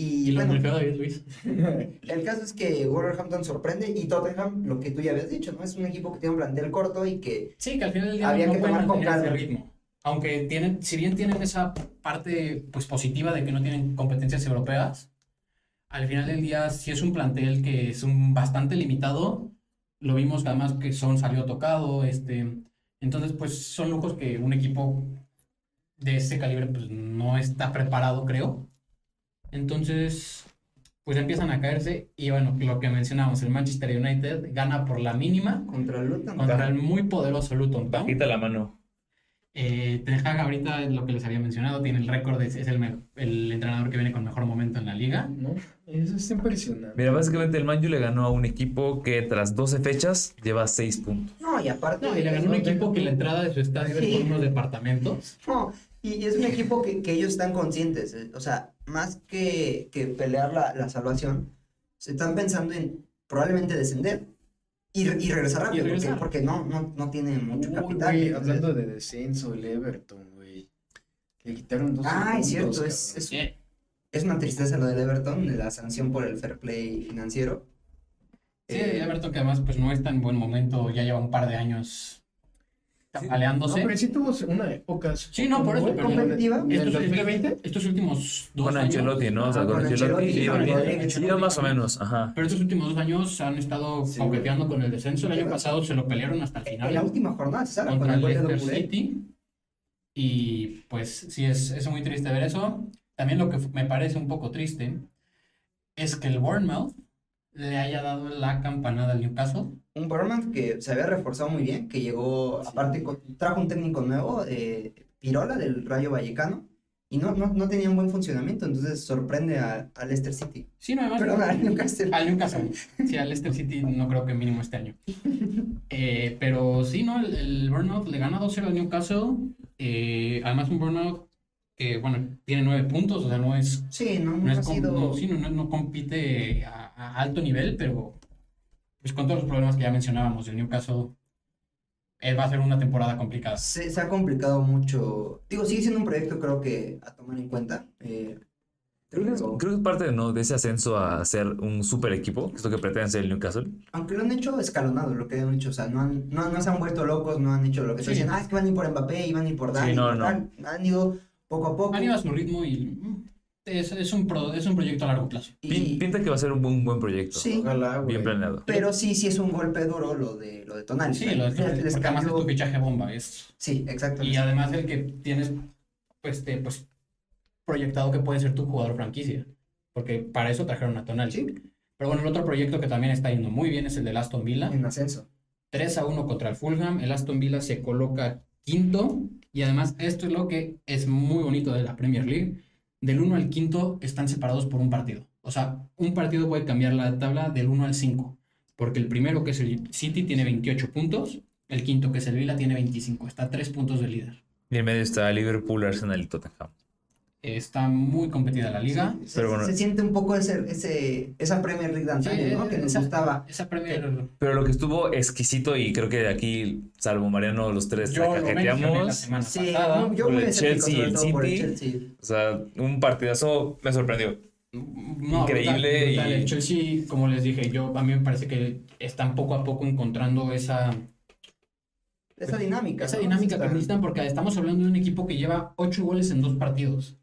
[SPEAKER 5] y
[SPEAKER 4] Y lo
[SPEAKER 5] bueno,
[SPEAKER 4] golpeó David Luis.
[SPEAKER 6] cabrón.
[SPEAKER 5] [LAUGHS] El caso es que Wolverhampton sorprende y Tottenham, lo que tú ya habías dicho, ¿no? Es un equipo que tiene un plantel corto y que
[SPEAKER 4] Sí, que al final del día
[SPEAKER 5] Había
[SPEAKER 4] no
[SPEAKER 5] que
[SPEAKER 4] pueden
[SPEAKER 5] tomar con
[SPEAKER 4] mantener ese
[SPEAKER 5] calma.
[SPEAKER 4] ritmo. Aunque tienen, si bien tienen esa parte pues, positiva de que no tienen competencias europeas, al final del día sí es un plantel que es un bastante limitado. Lo vimos además que Son salió tocado. Este, entonces, pues son lujos que un equipo de ese calibre pues, no está preparado, creo. Entonces, pues empiezan a caerse. Y bueno, lo que mencionamos, el Manchester United gana por la mínima
[SPEAKER 5] contra el Luton.
[SPEAKER 4] contra el muy poderoso Luton Town.
[SPEAKER 3] Quita la mano.
[SPEAKER 4] Eh, Ten Hag ahorita es lo que les había mencionado, tiene el récord, es, es el, me- el entrenador que viene con mejor momento en la liga.
[SPEAKER 6] ¿No? Eso está impresionante.
[SPEAKER 3] Mira, básicamente el Manju le ganó a un equipo que tras 12 fechas lleva 6 puntos.
[SPEAKER 5] No, y aparte.
[SPEAKER 4] No, y le
[SPEAKER 5] es
[SPEAKER 4] ganó un
[SPEAKER 5] un-
[SPEAKER 4] equipo que la entrada de su estadio es por
[SPEAKER 5] Sí.
[SPEAKER 4] unos departamentos.
[SPEAKER 5] No, [LAUGHS] y y es un equipo que, que ellos están conscientes. eh, O sea, más que, que pelear la, la salvación, se están pensando en probablemente descender y, re- y regresar rápido. porque-
[SPEAKER 4] regresar.
[SPEAKER 5] Porque, no, no, no tienen mucho
[SPEAKER 6] Uy,
[SPEAKER 5] capital.
[SPEAKER 6] güey,
[SPEAKER 5] entonces-
[SPEAKER 6] hablando de descenso, el Everton, güey. Le quitaron dos.
[SPEAKER 5] Ah, es cierto, es, es,
[SPEAKER 4] Eh,
[SPEAKER 5] es una tristeza lo del Everton, de la sanción por el fair play financiero.
[SPEAKER 4] Sí,
[SPEAKER 5] Eh,
[SPEAKER 4] Alberto que además pues no está en buen momento, ya lleva un par de años
[SPEAKER 6] No,
[SPEAKER 4] tambaleándose.
[SPEAKER 6] pero sí tuvo una época.
[SPEAKER 4] Sí, no, por eso,
[SPEAKER 6] muy
[SPEAKER 4] pero-
[SPEAKER 5] Eh,
[SPEAKER 6] competitiva. En el
[SPEAKER 4] Estos,
[SPEAKER 6] 2020.
[SPEAKER 4] estos últimos dos
[SPEAKER 3] Con
[SPEAKER 4] años...
[SPEAKER 3] Ancelotti, ¿no? O sea,
[SPEAKER 5] Ajá,
[SPEAKER 3] con,
[SPEAKER 5] con
[SPEAKER 3] Ancelotti.
[SPEAKER 5] Ancelotti,
[SPEAKER 3] iba
[SPEAKER 5] con
[SPEAKER 3] bien.
[SPEAKER 5] Rodríguez.
[SPEAKER 3] Iba más o menos, ajá.
[SPEAKER 4] Pero estos últimos dos años han estado
[SPEAKER 6] Sí. Eh,
[SPEAKER 4] coqueteando con el descenso. El año pasado se lo pelearon hasta el
[SPEAKER 5] En la
[SPEAKER 4] final
[SPEAKER 5] última jornada, ¿sabes? Con
[SPEAKER 4] contra
[SPEAKER 5] el
[SPEAKER 4] el
[SPEAKER 5] gol de
[SPEAKER 4] Leicester
[SPEAKER 5] Doucouré.
[SPEAKER 4] City. Y pues sí, es, es muy triste ver eso. También lo que me parece un poco triste es que el Bournemouth le haya dado la campanada al Newcastle.
[SPEAKER 5] Un Bournemouth que se había reforzado muy bien, que llegó,
[SPEAKER 6] Sí.
[SPEAKER 5] aparte, con- trajo un técnico nuevo, eh, Pirola, del Rayo Vallecano, y no, no, no tenía un buen funcionamiento, entonces sorprende a, a Leicester City.
[SPEAKER 4] Sí, no, además-
[SPEAKER 5] Perdón, a Newcastle.
[SPEAKER 4] Al Newcastle. Sí, al Leicester City no creo que mínimo este año. Eh, pero sí, ¿no? El, el Burnout le gana 2-0 al Newcastle. Eh, además, un Burnout que, bueno, tiene 9 puntos, o sea, no es.
[SPEAKER 5] Sí, no,
[SPEAKER 4] No,
[SPEAKER 5] no
[SPEAKER 4] es
[SPEAKER 5] ha
[SPEAKER 4] com-
[SPEAKER 5] sido...
[SPEAKER 4] no, sí, no- no- no compite a, a alto nivel, pero pues con todos los problemas que ya mencionábamos del Newcastle, eh, va a ser una temporada complicada.
[SPEAKER 5] se, se ha complicado mucho. Digo, sigue siendo un proyecto, creo que, a tomar en cuenta. eh,
[SPEAKER 3] Creo que, es, creo que es parte ¿no? de ese ascenso a ser un super equipo, que es lo que pretende ser el Newcastle.
[SPEAKER 5] Aunque lo han hecho escalonado, lo que han hecho. O sea, no, han- no, no se han vuelto locos, no han hecho lo que
[SPEAKER 4] Sí.
[SPEAKER 5] se dicen. Ah, es que van a ir por Mbappé y van a ir por Dani.
[SPEAKER 3] no,
[SPEAKER 5] por
[SPEAKER 3] no.
[SPEAKER 5] tal. Han ido poco a poco.
[SPEAKER 4] Han ido a su ritmo y mm, es, es un pro- es un proyecto a largo plazo.
[SPEAKER 5] y-
[SPEAKER 3] Pin- Pinta que va a ser un buen, buen proyecto.
[SPEAKER 5] sí,
[SPEAKER 6] Ojalá, güey.
[SPEAKER 3] Bien planeado.
[SPEAKER 5] pero sí, sí es un golpe duro lo de, lo de Tonali.
[SPEAKER 4] Sí, lo
[SPEAKER 5] Les- les
[SPEAKER 4] de, porque además es
[SPEAKER 5] cambió-
[SPEAKER 4] tu fichaje bomba. Es,
[SPEAKER 5] Sí, exacto.
[SPEAKER 4] y además el que tienes pues, este, pues, proyectado que puede ser tu jugador franquicia. Porque para eso trajeron a Tonali.
[SPEAKER 5] Sí,
[SPEAKER 4] Pero bueno, el otro proyecto que también está yendo muy bien es el del Aston Villa.
[SPEAKER 5] en ascenso.
[SPEAKER 4] 3 a 1 contra el Fulham. El Aston Villa se coloca quinto. Y además, esto es lo que es muy bonito de la Premier League. Del 1 al quinto están separados por un partido. O sea, un partido puede cambiar la tabla del 1 al 5. Porque el primero, que es el City, tiene 28 puntos. El quinto, que es el Villa, tiene 25. Está a 3 puntos del líder.
[SPEAKER 3] Y en medio está Liverpool, Arsenal y Tottenham.
[SPEAKER 4] Está muy competida la liga.
[SPEAKER 5] Se-
[SPEAKER 3] Pero
[SPEAKER 5] se,
[SPEAKER 3] bueno.
[SPEAKER 5] se siente un poco ese, ese, esa Premier League de antaño,
[SPEAKER 4] Sí,
[SPEAKER 5] ¿no? Que nos
[SPEAKER 4] esa-
[SPEAKER 5] gustaba.
[SPEAKER 4] Esa Premier
[SPEAKER 3] Pero lo que estuvo exquisito, y creo que de aquí, salvo Mariano, los tres la
[SPEAKER 4] yo lo mencioné la
[SPEAKER 3] cajeteamos.
[SPEAKER 4] semana
[SPEAKER 5] Sí,
[SPEAKER 4] pasada.
[SPEAKER 5] no, yo
[SPEAKER 3] por
[SPEAKER 5] muy
[SPEAKER 3] el
[SPEAKER 5] escéptico,
[SPEAKER 3] Chelsea y
[SPEAKER 5] sobre
[SPEAKER 3] el
[SPEAKER 5] todo por el
[SPEAKER 3] City.
[SPEAKER 5] Chelsea.
[SPEAKER 3] O sea, un partidazo me sorprendió.
[SPEAKER 4] No,
[SPEAKER 3] Increíble
[SPEAKER 4] brutal, brutal.
[SPEAKER 3] y-
[SPEAKER 4] El Chelsea, como les dije, yo a mí me parece que están poco a poco encontrando esa,
[SPEAKER 5] Esa dinámica.
[SPEAKER 4] esa
[SPEAKER 5] ¿no?
[SPEAKER 4] dinámica que
[SPEAKER 5] Está-
[SPEAKER 4] necesitan porque estamos hablando de un equipo que lleva ocho goles en dos partidos.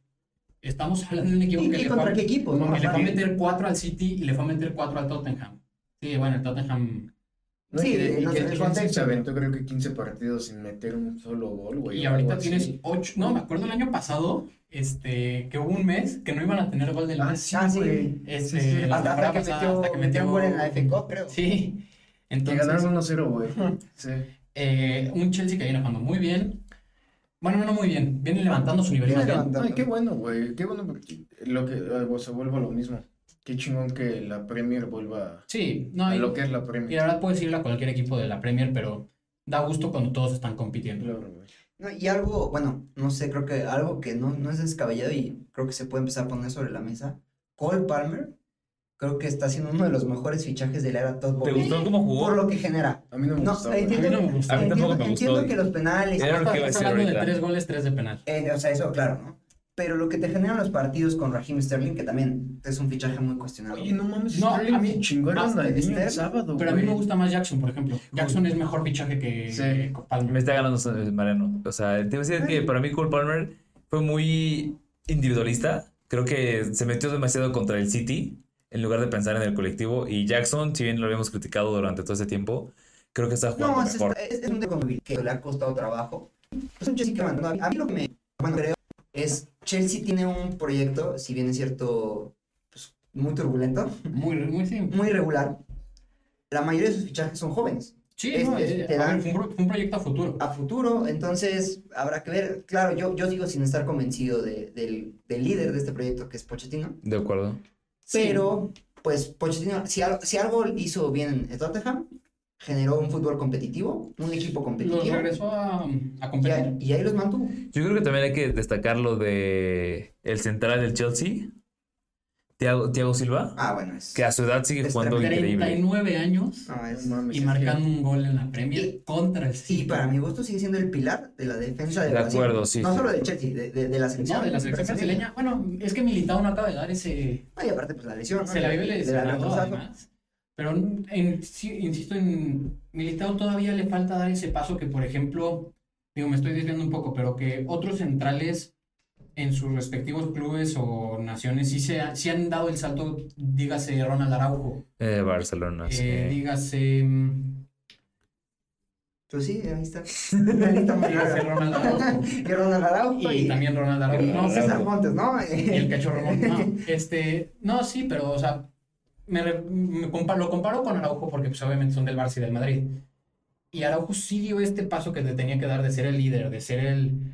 [SPEAKER 4] Estamos hablando de un equipo que
[SPEAKER 5] ¿Y, y
[SPEAKER 4] le,
[SPEAKER 5] contra
[SPEAKER 4] fue,
[SPEAKER 5] qué equipo?
[SPEAKER 6] que
[SPEAKER 5] ¿no?
[SPEAKER 4] que le fue a
[SPEAKER 5] Aparte-
[SPEAKER 4] meter cuatro al City y le fue a meter cuatro al Tottenham. Sí, bueno, el Tottenham
[SPEAKER 6] No,
[SPEAKER 5] Sí,
[SPEAKER 6] y que- y
[SPEAKER 5] no
[SPEAKER 6] que
[SPEAKER 5] sé,
[SPEAKER 6] el
[SPEAKER 5] el
[SPEAKER 6] Chelsea
[SPEAKER 5] contexto,
[SPEAKER 6] se
[SPEAKER 5] ¿no?
[SPEAKER 6] aventó creo que 15 partidos sin meter un solo gol, güey.
[SPEAKER 4] Y
[SPEAKER 6] o algo
[SPEAKER 4] ahorita
[SPEAKER 6] así.
[SPEAKER 4] tienes ocho. No, me acuerdo el año pasado, este, que hubo un mes que no iban a tener gol del
[SPEAKER 6] Ah,
[SPEAKER 4] mes.
[SPEAKER 6] sí,
[SPEAKER 5] Ah, sí.
[SPEAKER 6] güey.
[SPEAKER 4] Este,
[SPEAKER 6] Sí, sí.
[SPEAKER 4] la
[SPEAKER 5] Hasta-
[SPEAKER 4] temporada
[SPEAKER 5] hasta que
[SPEAKER 4] pasada,
[SPEAKER 5] metió-
[SPEAKER 4] hasta que
[SPEAKER 5] metió un gol en la FA Cup, creo.
[SPEAKER 4] Sí.
[SPEAKER 6] Que
[SPEAKER 4] Entonces,
[SPEAKER 6] ganaron
[SPEAKER 4] [LAUGHS]
[SPEAKER 6] 1-0, güey. Sí.
[SPEAKER 4] eh, un Chelsea que viene jugando muy bien. Bueno, no, no muy bien. Viene levantando su nivel.
[SPEAKER 5] Viene
[SPEAKER 4] más bien.
[SPEAKER 5] levantando.
[SPEAKER 6] Ay, qué bueno, güey. Qué bueno porque lo que eh, se vuelva lo mismo. Qué chingón que la Premier vuelva
[SPEAKER 4] Sí, no,
[SPEAKER 6] a
[SPEAKER 4] y,
[SPEAKER 6] lo que es la
[SPEAKER 4] y
[SPEAKER 6] Premier.
[SPEAKER 4] la verdad puedes irle a cualquier equipo de la Premier, pero da gusto cuando todos están compitiendo.
[SPEAKER 6] Claro, güey.
[SPEAKER 5] No, y algo, bueno, no sé, creo que algo que no, no es descabellado y creo que se puede empezar a poner sobre la mesa. Cole Palmer, creo que está siendo uno de los mejores fichajes de la era Todd
[SPEAKER 3] ¿Te
[SPEAKER 5] Bowley,
[SPEAKER 3] gustó cómo jugó?
[SPEAKER 5] Por lo que genera.
[SPEAKER 6] A mí no me
[SPEAKER 5] No,
[SPEAKER 6] gustaba.
[SPEAKER 5] ahí
[SPEAKER 6] güey.
[SPEAKER 5] tiene-
[SPEAKER 4] A mí no me gusta.
[SPEAKER 3] A mí tampoco
[SPEAKER 5] entiendo
[SPEAKER 3] me
[SPEAKER 5] entiendo
[SPEAKER 3] gustó.
[SPEAKER 5] que los penales,
[SPEAKER 3] Era lo que iba a
[SPEAKER 4] Estás
[SPEAKER 3] decir
[SPEAKER 4] hablando de
[SPEAKER 3] ahorita.
[SPEAKER 4] tres goles, tres de penal.
[SPEAKER 5] eh, o sea, eso claro, ¿no? Pero lo que te generan los partidos con Raheem Sterling, que también es un fichaje muy cuestionado.
[SPEAKER 6] Oye, no mames,
[SPEAKER 4] No,
[SPEAKER 6] Sterling
[SPEAKER 4] a mí-
[SPEAKER 6] chingaron
[SPEAKER 5] hasta
[SPEAKER 6] al niño el
[SPEAKER 5] Sterling.
[SPEAKER 6] sábado,
[SPEAKER 4] Pero a mí me
[SPEAKER 6] güey.
[SPEAKER 4] gusta más Jackson, por ejemplo. Jackson es mejor fichaje que
[SPEAKER 6] Sí.
[SPEAKER 4] que Palmer.
[SPEAKER 3] Me está ganando eh, Mariano. O sea, te iba a decir que para mí Cole Palmer fue muy individualista. Creo que se metió demasiado contra el City en lugar de pensar en el colectivo. Y Jackson, si bien lo habíamos criticado durante todo ese tiempo, creo que está jugando
[SPEAKER 5] No, es,
[SPEAKER 3] mejor.
[SPEAKER 5] es- es un débil que le ha costado trabajo. Es un Chelsea que abandonó. A mí lo que me bueno, creo es Chelsea tiene un proyecto, si bien es cierto, pues, muy turbulento,
[SPEAKER 4] Muy, muy sí.
[SPEAKER 5] muy irregular. La mayoría de sus fichajes son jóvenes,
[SPEAKER 4] Sí,
[SPEAKER 5] Es-
[SPEAKER 4] no,
[SPEAKER 5] es-
[SPEAKER 4] eh,
[SPEAKER 5] te
[SPEAKER 4] a
[SPEAKER 5] dan-
[SPEAKER 4] ver, fue un, pro- fue un proyecto a futuro.
[SPEAKER 5] a futuro, entonces habrá que ver. Claro, yo, yo sigo sin estar convencido de- del, del líder de este proyecto, que es Pochettino,
[SPEAKER 3] De acuerdo.
[SPEAKER 4] Sí.
[SPEAKER 5] pero pues Pochettino, si, al- si algo hizo bien en Tottenham, generó un fútbol competitivo, un equipo
[SPEAKER 4] Los
[SPEAKER 5] competitivo,
[SPEAKER 4] regresó a, a
[SPEAKER 5] y,
[SPEAKER 4] competir.
[SPEAKER 5] ahí- y ahí los mantuvo.
[SPEAKER 3] Yo creo que también hay que destacar lo de el central del Chelsea, Thiago, Thiago Silva,
[SPEAKER 5] Ah, bueno, es...
[SPEAKER 3] que a su edad sigue
[SPEAKER 5] Es
[SPEAKER 3] jugando increíble.
[SPEAKER 4] 39 años
[SPEAKER 5] Ah, No, es-
[SPEAKER 6] No mames,
[SPEAKER 4] y
[SPEAKER 6] es
[SPEAKER 4] marcando
[SPEAKER 6] que-
[SPEAKER 4] un gol en la Premier contra el City.
[SPEAKER 5] Y para mi gusto sigue siendo el pilar de la defensa de,
[SPEAKER 3] De
[SPEAKER 5] Brasil.
[SPEAKER 3] acuerdo, sí,
[SPEAKER 5] No
[SPEAKER 3] sí.
[SPEAKER 5] solo de Chelsea, de, de- de la selección.
[SPEAKER 4] No, de la selección brasileña. Bueno, es que Militao no acaba de dar ese...
[SPEAKER 5] No, y aparte, pues la lesión. ¿no?
[SPEAKER 4] Se la vive
[SPEAKER 5] De- de
[SPEAKER 4] lesionado
[SPEAKER 5] retrosazo.
[SPEAKER 4] además. Pero en- sí, insisto, en Militao todavía le falta dar ese paso que, por ejemplo, digo, me estoy desviando un poco, pero que otros centrales en sus respectivos clubes o naciones sí, se ha- sí han dado el salto, dígase Ronald Araujo,
[SPEAKER 3] Eh, Barcelona, sí.
[SPEAKER 4] eh, dígase... mm,
[SPEAKER 5] Pues sí,
[SPEAKER 3] [LAUGHS]
[SPEAKER 5] ahí está. Ahí está muy
[SPEAKER 4] dígase
[SPEAKER 5] raro.
[SPEAKER 4] Ronald
[SPEAKER 5] [LAUGHS]
[SPEAKER 4] Araujo.
[SPEAKER 5] Y Ronald Araujo y,
[SPEAKER 4] Y también Ronald Araujo.
[SPEAKER 5] y
[SPEAKER 4] No,
[SPEAKER 5] César Montes, ¿no?
[SPEAKER 4] Y
[SPEAKER 5] [LAUGHS]
[SPEAKER 4] el cachorro Montes, no. Este, no, sí, pero, o sea, me, re- me compa- lo comparo con Araujo porque, pues, obviamente son del Barça y del Madrid. Y Araujo sí dio este paso que te tenía que dar de ser el líder, de ser el,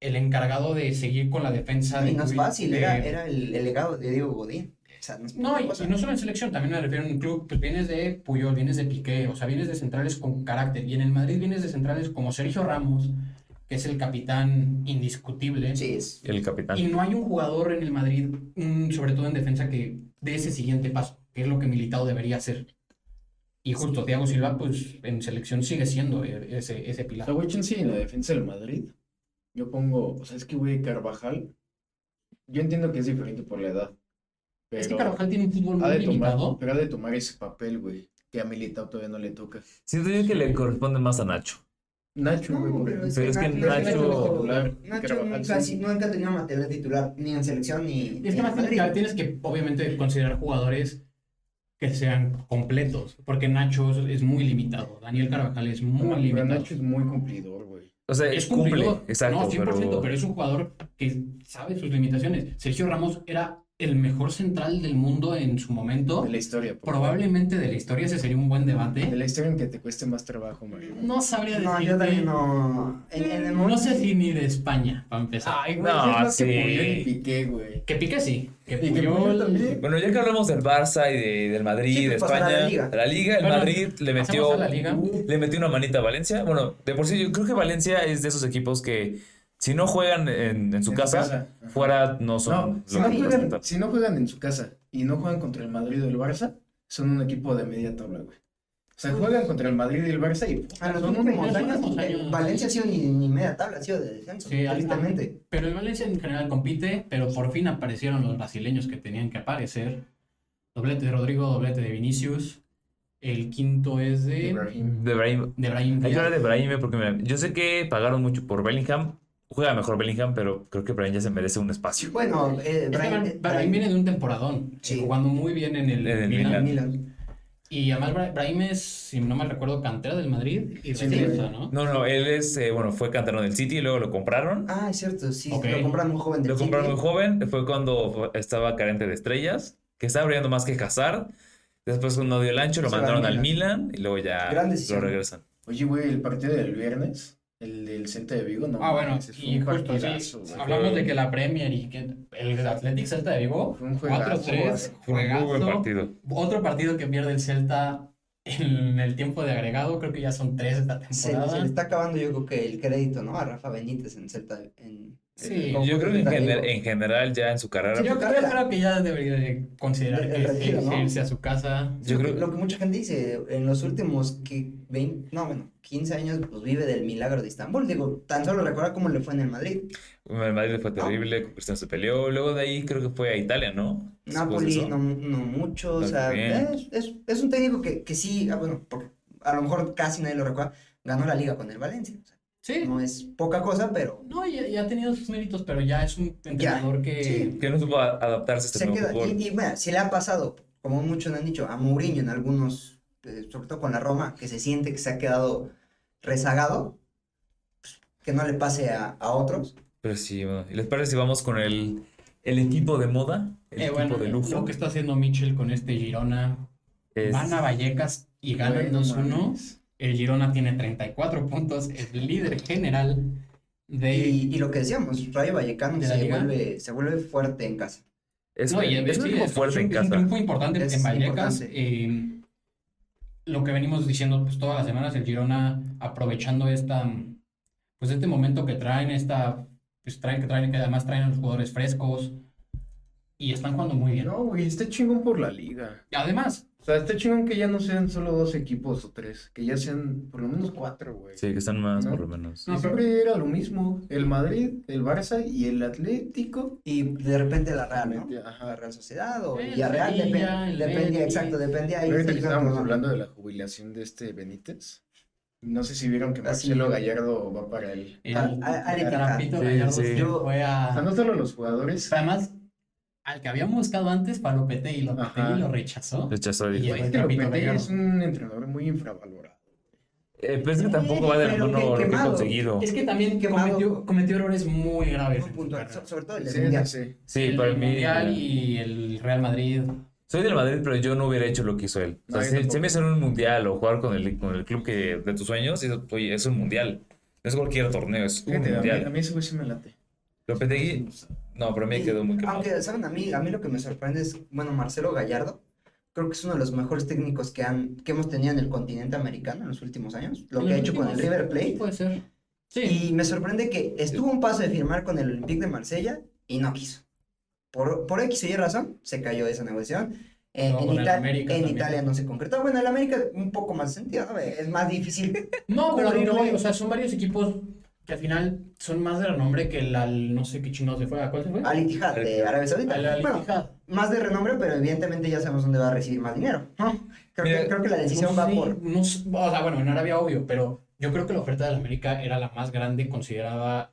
[SPEAKER 4] el encargado de seguir con la defensa.
[SPEAKER 5] Y
[SPEAKER 4] de
[SPEAKER 5] no es
[SPEAKER 4] cubrir-
[SPEAKER 5] fácil,
[SPEAKER 4] de-
[SPEAKER 5] era, era el, el legado de Diego Godín. O sea, no es
[SPEAKER 4] No,
[SPEAKER 5] poca
[SPEAKER 4] y,
[SPEAKER 5] cosa.
[SPEAKER 4] eh, y no solo en selección, también me refiero en club, pues vienes de Puyol, vienes de Piqué, o sea, vienes de centrales con carácter. Y en el Madrid vienes de centrales como Sergio Ramos, que es el capitán indiscutible.
[SPEAKER 5] Sí, es.
[SPEAKER 3] El capitán.
[SPEAKER 4] Y no hay un jugador en el Madrid, mm, sobre todo en defensa, que dé ese siguiente paso, que es lo que Militao debería hacer. Y justo Thiago Silva, pues en selección sigue siendo e- ese, ese
[SPEAKER 6] O sea,
[SPEAKER 4] pilar.
[SPEAKER 6] güey, Chelsea en la defensa del Madrid. Yo pongo, o sea, es que, güey, Carvajal yo entiendo que es diferente por la edad. Pero
[SPEAKER 4] Es que Carvajal tiene un fútbol
[SPEAKER 6] ha
[SPEAKER 4] muy
[SPEAKER 6] de tomar,
[SPEAKER 4] limitado.
[SPEAKER 6] pero ha de tomar ese papel, güey, que a Militao todavía no le toca.
[SPEAKER 3] Siento yo que le corresponde más a Nacho.
[SPEAKER 6] Nacho, güey, porque-
[SPEAKER 3] es Pero que Nacho-
[SPEAKER 6] titular,
[SPEAKER 5] Nacho
[SPEAKER 6] Carvajal,
[SPEAKER 5] nunca,
[SPEAKER 6] sí.
[SPEAKER 5] sí, nunca ha tenido material titular, ni en selección ni.
[SPEAKER 4] Y es
[SPEAKER 5] ni
[SPEAKER 4] que
[SPEAKER 5] en
[SPEAKER 4] más tienes
[SPEAKER 5] Madrid.
[SPEAKER 4] que, tienes que, obviamente, considerar jugadores que sean completos, porque Nacho es- es muy limitado, Daniel Carvajal es muy
[SPEAKER 6] Pero
[SPEAKER 4] limitado.
[SPEAKER 6] Nacho es muy cumplidor, güey.
[SPEAKER 3] O sea,
[SPEAKER 4] es
[SPEAKER 3] cumple.
[SPEAKER 4] cumplidor,
[SPEAKER 3] Exacto.
[SPEAKER 4] no, 100%, pero...
[SPEAKER 3] pero
[SPEAKER 4] es un jugador que sabe sus limitaciones. Sergio Ramos era el mejor central del mundo en su momento,
[SPEAKER 6] De la historia. por favor.
[SPEAKER 4] probablemente de la historia, ese sería un buen
[SPEAKER 6] De
[SPEAKER 4] debate.
[SPEAKER 6] la historia en que te cueste más trabajo, Mario.
[SPEAKER 4] No sabría decir.
[SPEAKER 5] No, yo también no. En, en el
[SPEAKER 4] No
[SPEAKER 5] momento.
[SPEAKER 4] sé si ni de España, para empezar.
[SPEAKER 6] Ay,
[SPEAKER 3] güey, No, es lo que sí. Puyol y
[SPEAKER 6] Piqué, güey.
[SPEAKER 4] Que pique sí, que
[SPEAKER 6] Y que
[SPEAKER 4] Puyol-
[SPEAKER 6] Puyol también.
[SPEAKER 3] Bueno, ya que hablamos del Barça y de- del Madrid,
[SPEAKER 5] Sí,
[SPEAKER 3] de
[SPEAKER 5] pues, pasar a
[SPEAKER 3] España,
[SPEAKER 5] la Liga.
[SPEAKER 3] a la Liga, el
[SPEAKER 4] Bueno,
[SPEAKER 3] Madrid le
[SPEAKER 4] pasemos
[SPEAKER 3] metió,
[SPEAKER 4] a la Liga.
[SPEAKER 3] le metió una manita a Valencia. Bueno, de por sí, yo creo que Valencia es de esos equipos que si no juegan en, en su
[SPEAKER 6] En su
[SPEAKER 3] casa,
[SPEAKER 6] casa, ajá.
[SPEAKER 3] fuera no son.
[SPEAKER 6] No, si
[SPEAKER 3] lo
[SPEAKER 6] no,
[SPEAKER 3] que
[SPEAKER 6] juegan,
[SPEAKER 3] representan.
[SPEAKER 6] si no juegan en su casa y no juegan contra el Madrid o el Barça, son un equipo de media tabla, güey. O sea, juegan contra el Madrid y el Barça y puta,
[SPEAKER 5] A los
[SPEAKER 6] son un
[SPEAKER 5] últimos
[SPEAKER 4] unos
[SPEAKER 5] años,
[SPEAKER 4] buenos años.
[SPEAKER 5] eh, Valencia ha sido ni, ni media tabla, ha sido de descenso.
[SPEAKER 4] Sí, ahí está.
[SPEAKER 5] tristemente.
[SPEAKER 4] Pero el Valencia en general compite, pero por fin aparecieron los brasileños que tenían que aparecer. Doblete de Rodrigo, doblete de Vinicius. El quinto es de,
[SPEAKER 6] Ibrahim.
[SPEAKER 3] De Brahim.
[SPEAKER 4] de Brahim
[SPEAKER 3] Hay que hablar
[SPEAKER 4] Díaz.
[SPEAKER 3] de Brahim eh, porque mira, yo sé que pagaron mucho por Bellingham. Juega mejor Bellingham, pero creo que Brahim ya se merece un espacio.
[SPEAKER 5] Bueno, eh,
[SPEAKER 4] Es que
[SPEAKER 5] Brian-
[SPEAKER 4] Bra- Este Brahim viene de un temporadón,
[SPEAKER 5] Sí.
[SPEAKER 4] jugando muy bien en el,
[SPEAKER 3] En el
[SPEAKER 4] Milan.
[SPEAKER 3] Milan.
[SPEAKER 5] Milan.
[SPEAKER 4] Y además Bra- Brahim es, si no me recuerdo, cantera del Madrid y
[SPEAKER 6] Sí,
[SPEAKER 4] regresa,
[SPEAKER 6] güey.
[SPEAKER 4] ¿no?
[SPEAKER 3] No, no, él es, eh, bueno, fue canterano del City y luego lo compraron.
[SPEAKER 5] Ah, es cierto, sí,
[SPEAKER 4] Ok.
[SPEAKER 5] lo compraron muy joven. del
[SPEAKER 3] Lo compraron muy
[SPEAKER 5] City.
[SPEAKER 3] joven, fue cuando fue- estaba carente de estrellas, que estaba brillando más que Hazard. Después cuando dio el ancho lo
[SPEAKER 5] Se va
[SPEAKER 3] mandaron
[SPEAKER 5] al
[SPEAKER 3] al Milan y luego ya
[SPEAKER 5] Gran
[SPEAKER 3] lo
[SPEAKER 5] decisión.
[SPEAKER 3] regresan.
[SPEAKER 6] Oye, güey, el partido del viernes, el del Celta de Vigo, no.
[SPEAKER 4] Ah, bueno,
[SPEAKER 6] mames, fue
[SPEAKER 4] y
[SPEAKER 6] un
[SPEAKER 4] justo sí,
[SPEAKER 6] partidazo, güey.
[SPEAKER 4] hablamos de que la Premier y que el Athletic Celta de Vigo,
[SPEAKER 6] Fue un juegazo,
[SPEAKER 4] 4-3,
[SPEAKER 6] güey.
[SPEAKER 3] Fue un muy buen
[SPEAKER 4] juegazo,
[SPEAKER 3] partido.
[SPEAKER 4] Otro partido que pierde el Celta en el tiempo de agregado, creo que ya son tres esta
[SPEAKER 5] Se, le-
[SPEAKER 4] temporada.
[SPEAKER 5] se le está acabando, yo creo que el crédito, ¿no? A Rafa Benítez en Celta. En...
[SPEAKER 4] Sí,
[SPEAKER 5] Con-
[SPEAKER 3] Yo creo que en,
[SPEAKER 5] Celta de
[SPEAKER 3] gener-
[SPEAKER 5] Vigo.
[SPEAKER 3] en general ya en su
[SPEAKER 4] Sí,
[SPEAKER 3] carrera,
[SPEAKER 4] yo, yo
[SPEAKER 5] carrera.
[SPEAKER 4] creo que ya debería de considerar
[SPEAKER 5] El
[SPEAKER 4] que sí,
[SPEAKER 5] retiro, ¿no?
[SPEAKER 4] irse a su casa.
[SPEAKER 3] yo
[SPEAKER 5] lo, que,
[SPEAKER 3] creo-
[SPEAKER 5] lo que mucha gente dice, en los últimos que 20, no, bueno, 15 años, pues vive del milagro de Estambul. Digo, tan solo recuerda cómo le fue en el Madrid.
[SPEAKER 3] el Madrid le fue terrible, con Cristiano se peleó, luego de ahí creo que fue a Italia, ¿no? Después de
[SPEAKER 5] Napoli,
[SPEAKER 3] eso.
[SPEAKER 5] no, no mucho, o sea,
[SPEAKER 3] También.
[SPEAKER 5] es, es- es un técnico que, que sí, ah, bueno, porque a lo mejor casi nadie lo recuerda, ganó la liga con el Valencia. o sea,
[SPEAKER 4] Sí,
[SPEAKER 5] no es poca cosa, pero
[SPEAKER 4] no, ya, ya ha tenido sus méritos, pero ya es un entrenador que...
[SPEAKER 5] sí.
[SPEAKER 3] Que no supo a- adaptarse a este
[SPEAKER 5] se
[SPEAKER 3] nuevo
[SPEAKER 5] queda.
[SPEAKER 3] fútbol.
[SPEAKER 5] Y, y, mira, si le ha pasado, como muchos han dicho, a Mourinho en algunos, eh, sobre todo con la Roma, que se siente que se ha quedado rezagado, pues, que no le pase a, a otros.
[SPEAKER 3] Pero sí, bueno, ¿y les parece si vamos con el, el equipo de moda? El
[SPEAKER 4] eh,
[SPEAKER 3] equipo
[SPEAKER 4] bueno,
[SPEAKER 3] de
[SPEAKER 4] lo
[SPEAKER 3] lujo.
[SPEAKER 4] que está haciendo Mitchell con este Girona.
[SPEAKER 3] Es-
[SPEAKER 4] Van a Vallecas y ganan
[SPEAKER 6] Güey, no
[SPEAKER 4] 2-1.
[SPEAKER 6] mames.
[SPEAKER 4] El Girona tiene 34 puntos, es líder general de...
[SPEAKER 5] Y, y lo que decíamos, Rayo Vallecano
[SPEAKER 4] ¿De la
[SPEAKER 5] se
[SPEAKER 4] liga?
[SPEAKER 5] vuelve, se vuelve fuerte en casa.
[SPEAKER 3] es,
[SPEAKER 4] No, y
[SPEAKER 3] es un
[SPEAKER 4] sí,
[SPEAKER 3] equipo
[SPEAKER 4] es-
[SPEAKER 3] fuerte
[SPEAKER 4] es
[SPEAKER 3] en
[SPEAKER 4] un- Es un
[SPEAKER 3] casa.
[SPEAKER 4] triunfo importante
[SPEAKER 5] Es
[SPEAKER 4] en Vallecas.
[SPEAKER 5] importante.
[SPEAKER 4] eh, lo que venimos diciendo pues, todas las semanas, el Girona aprovechando esta, mm, pues, este momento que traen, esta, pues, traen, que traen, que además traen a los jugadores frescos y están jugando muy bien.
[SPEAKER 6] No, güey, está chingón por la liga.
[SPEAKER 4] Además,
[SPEAKER 6] O sea, está chingón que ya no sean solo dos equipos o tres, que ya sean por lo menos cuatro, güey.
[SPEAKER 3] Sí, que están más,
[SPEAKER 6] ¿No?
[SPEAKER 3] por lo menos.
[SPEAKER 6] Y
[SPEAKER 4] No, pero-
[SPEAKER 6] siempre era lo mismo, el Madrid, el Barça y el Atlético.
[SPEAKER 5] Y de repente la Real, Ah, ¿no? La
[SPEAKER 6] Ajá.
[SPEAKER 5] Real Sociedad o
[SPEAKER 4] El
[SPEAKER 5] Villarreal,
[SPEAKER 4] Sevilla,
[SPEAKER 5] depen-
[SPEAKER 4] el
[SPEAKER 5] dependía,
[SPEAKER 4] Betis.
[SPEAKER 5] exacto, dependía ahí.
[SPEAKER 6] Ahorita
[SPEAKER 5] se
[SPEAKER 6] que
[SPEAKER 5] iba
[SPEAKER 6] estábamos
[SPEAKER 5] con-
[SPEAKER 6] hablando de la jubilación de este Benítez, no sé si vieron que
[SPEAKER 5] Ah, sí.
[SPEAKER 6] Marcelo Gallardo va para él.
[SPEAKER 4] el,
[SPEAKER 5] Al- al- al Etihad.
[SPEAKER 4] Trapito
[SPEAKER 3] Sí,
[SPEAKER 4] Gallardo
[SPEAKER 3] sí.
[SPEAKER 4] se
[SPEAKER 5] Yo-
[SPEAKER 4] fue
[SPEAKER 6] O sea,
[SPEAKER 4] a...
[SPEAKER 6] no solo los jugadores.
[SPEAKER 4] Además, al que habíamos buscado antes, Palopetegui,
[SPEAKER 6] Ajá.
[SPEAKER 4] Lopetegui lo rechazó.
[SPEAKER 3] Rechazó.
[SPEAKER 4] Y
[SPEAKER 3] dijo.
[SPEAKER 4] el-
[SPEAKER 6] Es que
[SPEAKER 4] Capito
[SPEAKER 6] Lopetegui
[SPEAKER 4] Gallardo.
[SPEAKER 6] este es un entrenador muy infravalorado.
[SPEAKER 3] Eh, pero es que tampoco va de la
[SPEAKER 5] Pero
[SPEAKER 3] mano
[SPEAKER 5] qué
[SPEAKER 3] lo que ha
[SPEAKER 5] quemado.
[SPEAKER 3] conseguido.
[SPEAKER 4] Es que también
[SPEAKER 5] Quemado.
[SPEAKER 4] cometió, cometió errores muy graves.
[SPEAKER 5] un
[SPEAKER 4] en su
[SPEAKER 5] punto,
[SPEAKER 4] carrera.
[SPEAKER 5] so- sobre todo el de
[SPEAKER 6] Sí,
[SPEAKER 5] Mundial.
[SPEAKER 6] sí.
[SPEAKER 3] Sí,
[SPEAKER 4] el
[SPEAKER 3] para
[SPEAKER 4] del
[SPEAKER 3] mí.
[SPEAKER 4] Mundial
[SPEAKER 3] eh,
[SPEAKER 4] y el Real Madrid.
[SPEAKER 3] Soy del Madrid, pero yo no hubiera hecho lo que hizo él. O sea,
[SPEAKER 6] No, yo
[SPEAKER 3] si- si,
[SPEAKER 6] tampoco.
[SPEAKER 3] me hicieron un mundial o jugar con el, con el club que, de tus sueños, dices, oye, es un mundial. No es cualquier torneo, es un
[SPEAKER 6] Fíjate, a mí, a
[SPEAKER 3] mundial.
[SPEAKER 6] mí ese güey sí me late.
[SPEAKER 3] Lopetegui, no, pero a mí
[SPEAKER 5] Sí,
[SPEAKER 3] quedó muy quemado.
[SPEAKER 5] Aunque, ¿saben? A mí, a mí lo que me sorprende es, bueno, Marcelo Gallardo, creo que es uno de los mejores técnicos que, han, que hemos tenido en el continente americano en los últimos años, lo que ha hecho con el River Plate.
[SPEAKER 4] Puede ser. pues, Sí.
[SPEAKER 5] Y me sorprende que estuvo a un paso de firmar con el Olympique de Marsella y no quiso. Por, por X o Y razón, se cayó esa negociación. En,
[SPEAKER 4] Luego
[SPEAKER 5] en
[SPEAKER 4] con el
[SPEAKER 5] Ita-
[SPEAKER 4] América
[SPEAKER 5] en
[SPEAKER 4] también.
[SPEAKER 5] Italia no se concretó. Bueno, el América un poco más sentido, ¿no? Es más difícil.
[SPEAKER 4] [LAUGHS] no, pero
[SPEAKER 5] Cobrirlo.
[SPEAKER 4] digo, o sea, son varios equipos que al final son más de renombre que el al no sé qué chingados se fue. ¿A cuál se fue?
[SPEAKER 5] Al Ittihad de Arabia Saudita.
[SPEAKER 4] Al Al
[SPEAKER 5] Bueno,
[SPEAKER 4] Ittihad.
[SPEAKER 5] más de renombre, pero evidentemente ya sabemos dónde va a recibir más dinero. ¿no? Creo,
[SPEAKER 3] Mira,
[SPEAKER 5] que, creo que la decisión va
[SPEAKER 4] sé,
[SPEAKER 5] por.
[SPEAKER 4] no sé, o sea, bueno, en Arabia obvio, pero yo creo que la oferta de la América era la más grande considerada,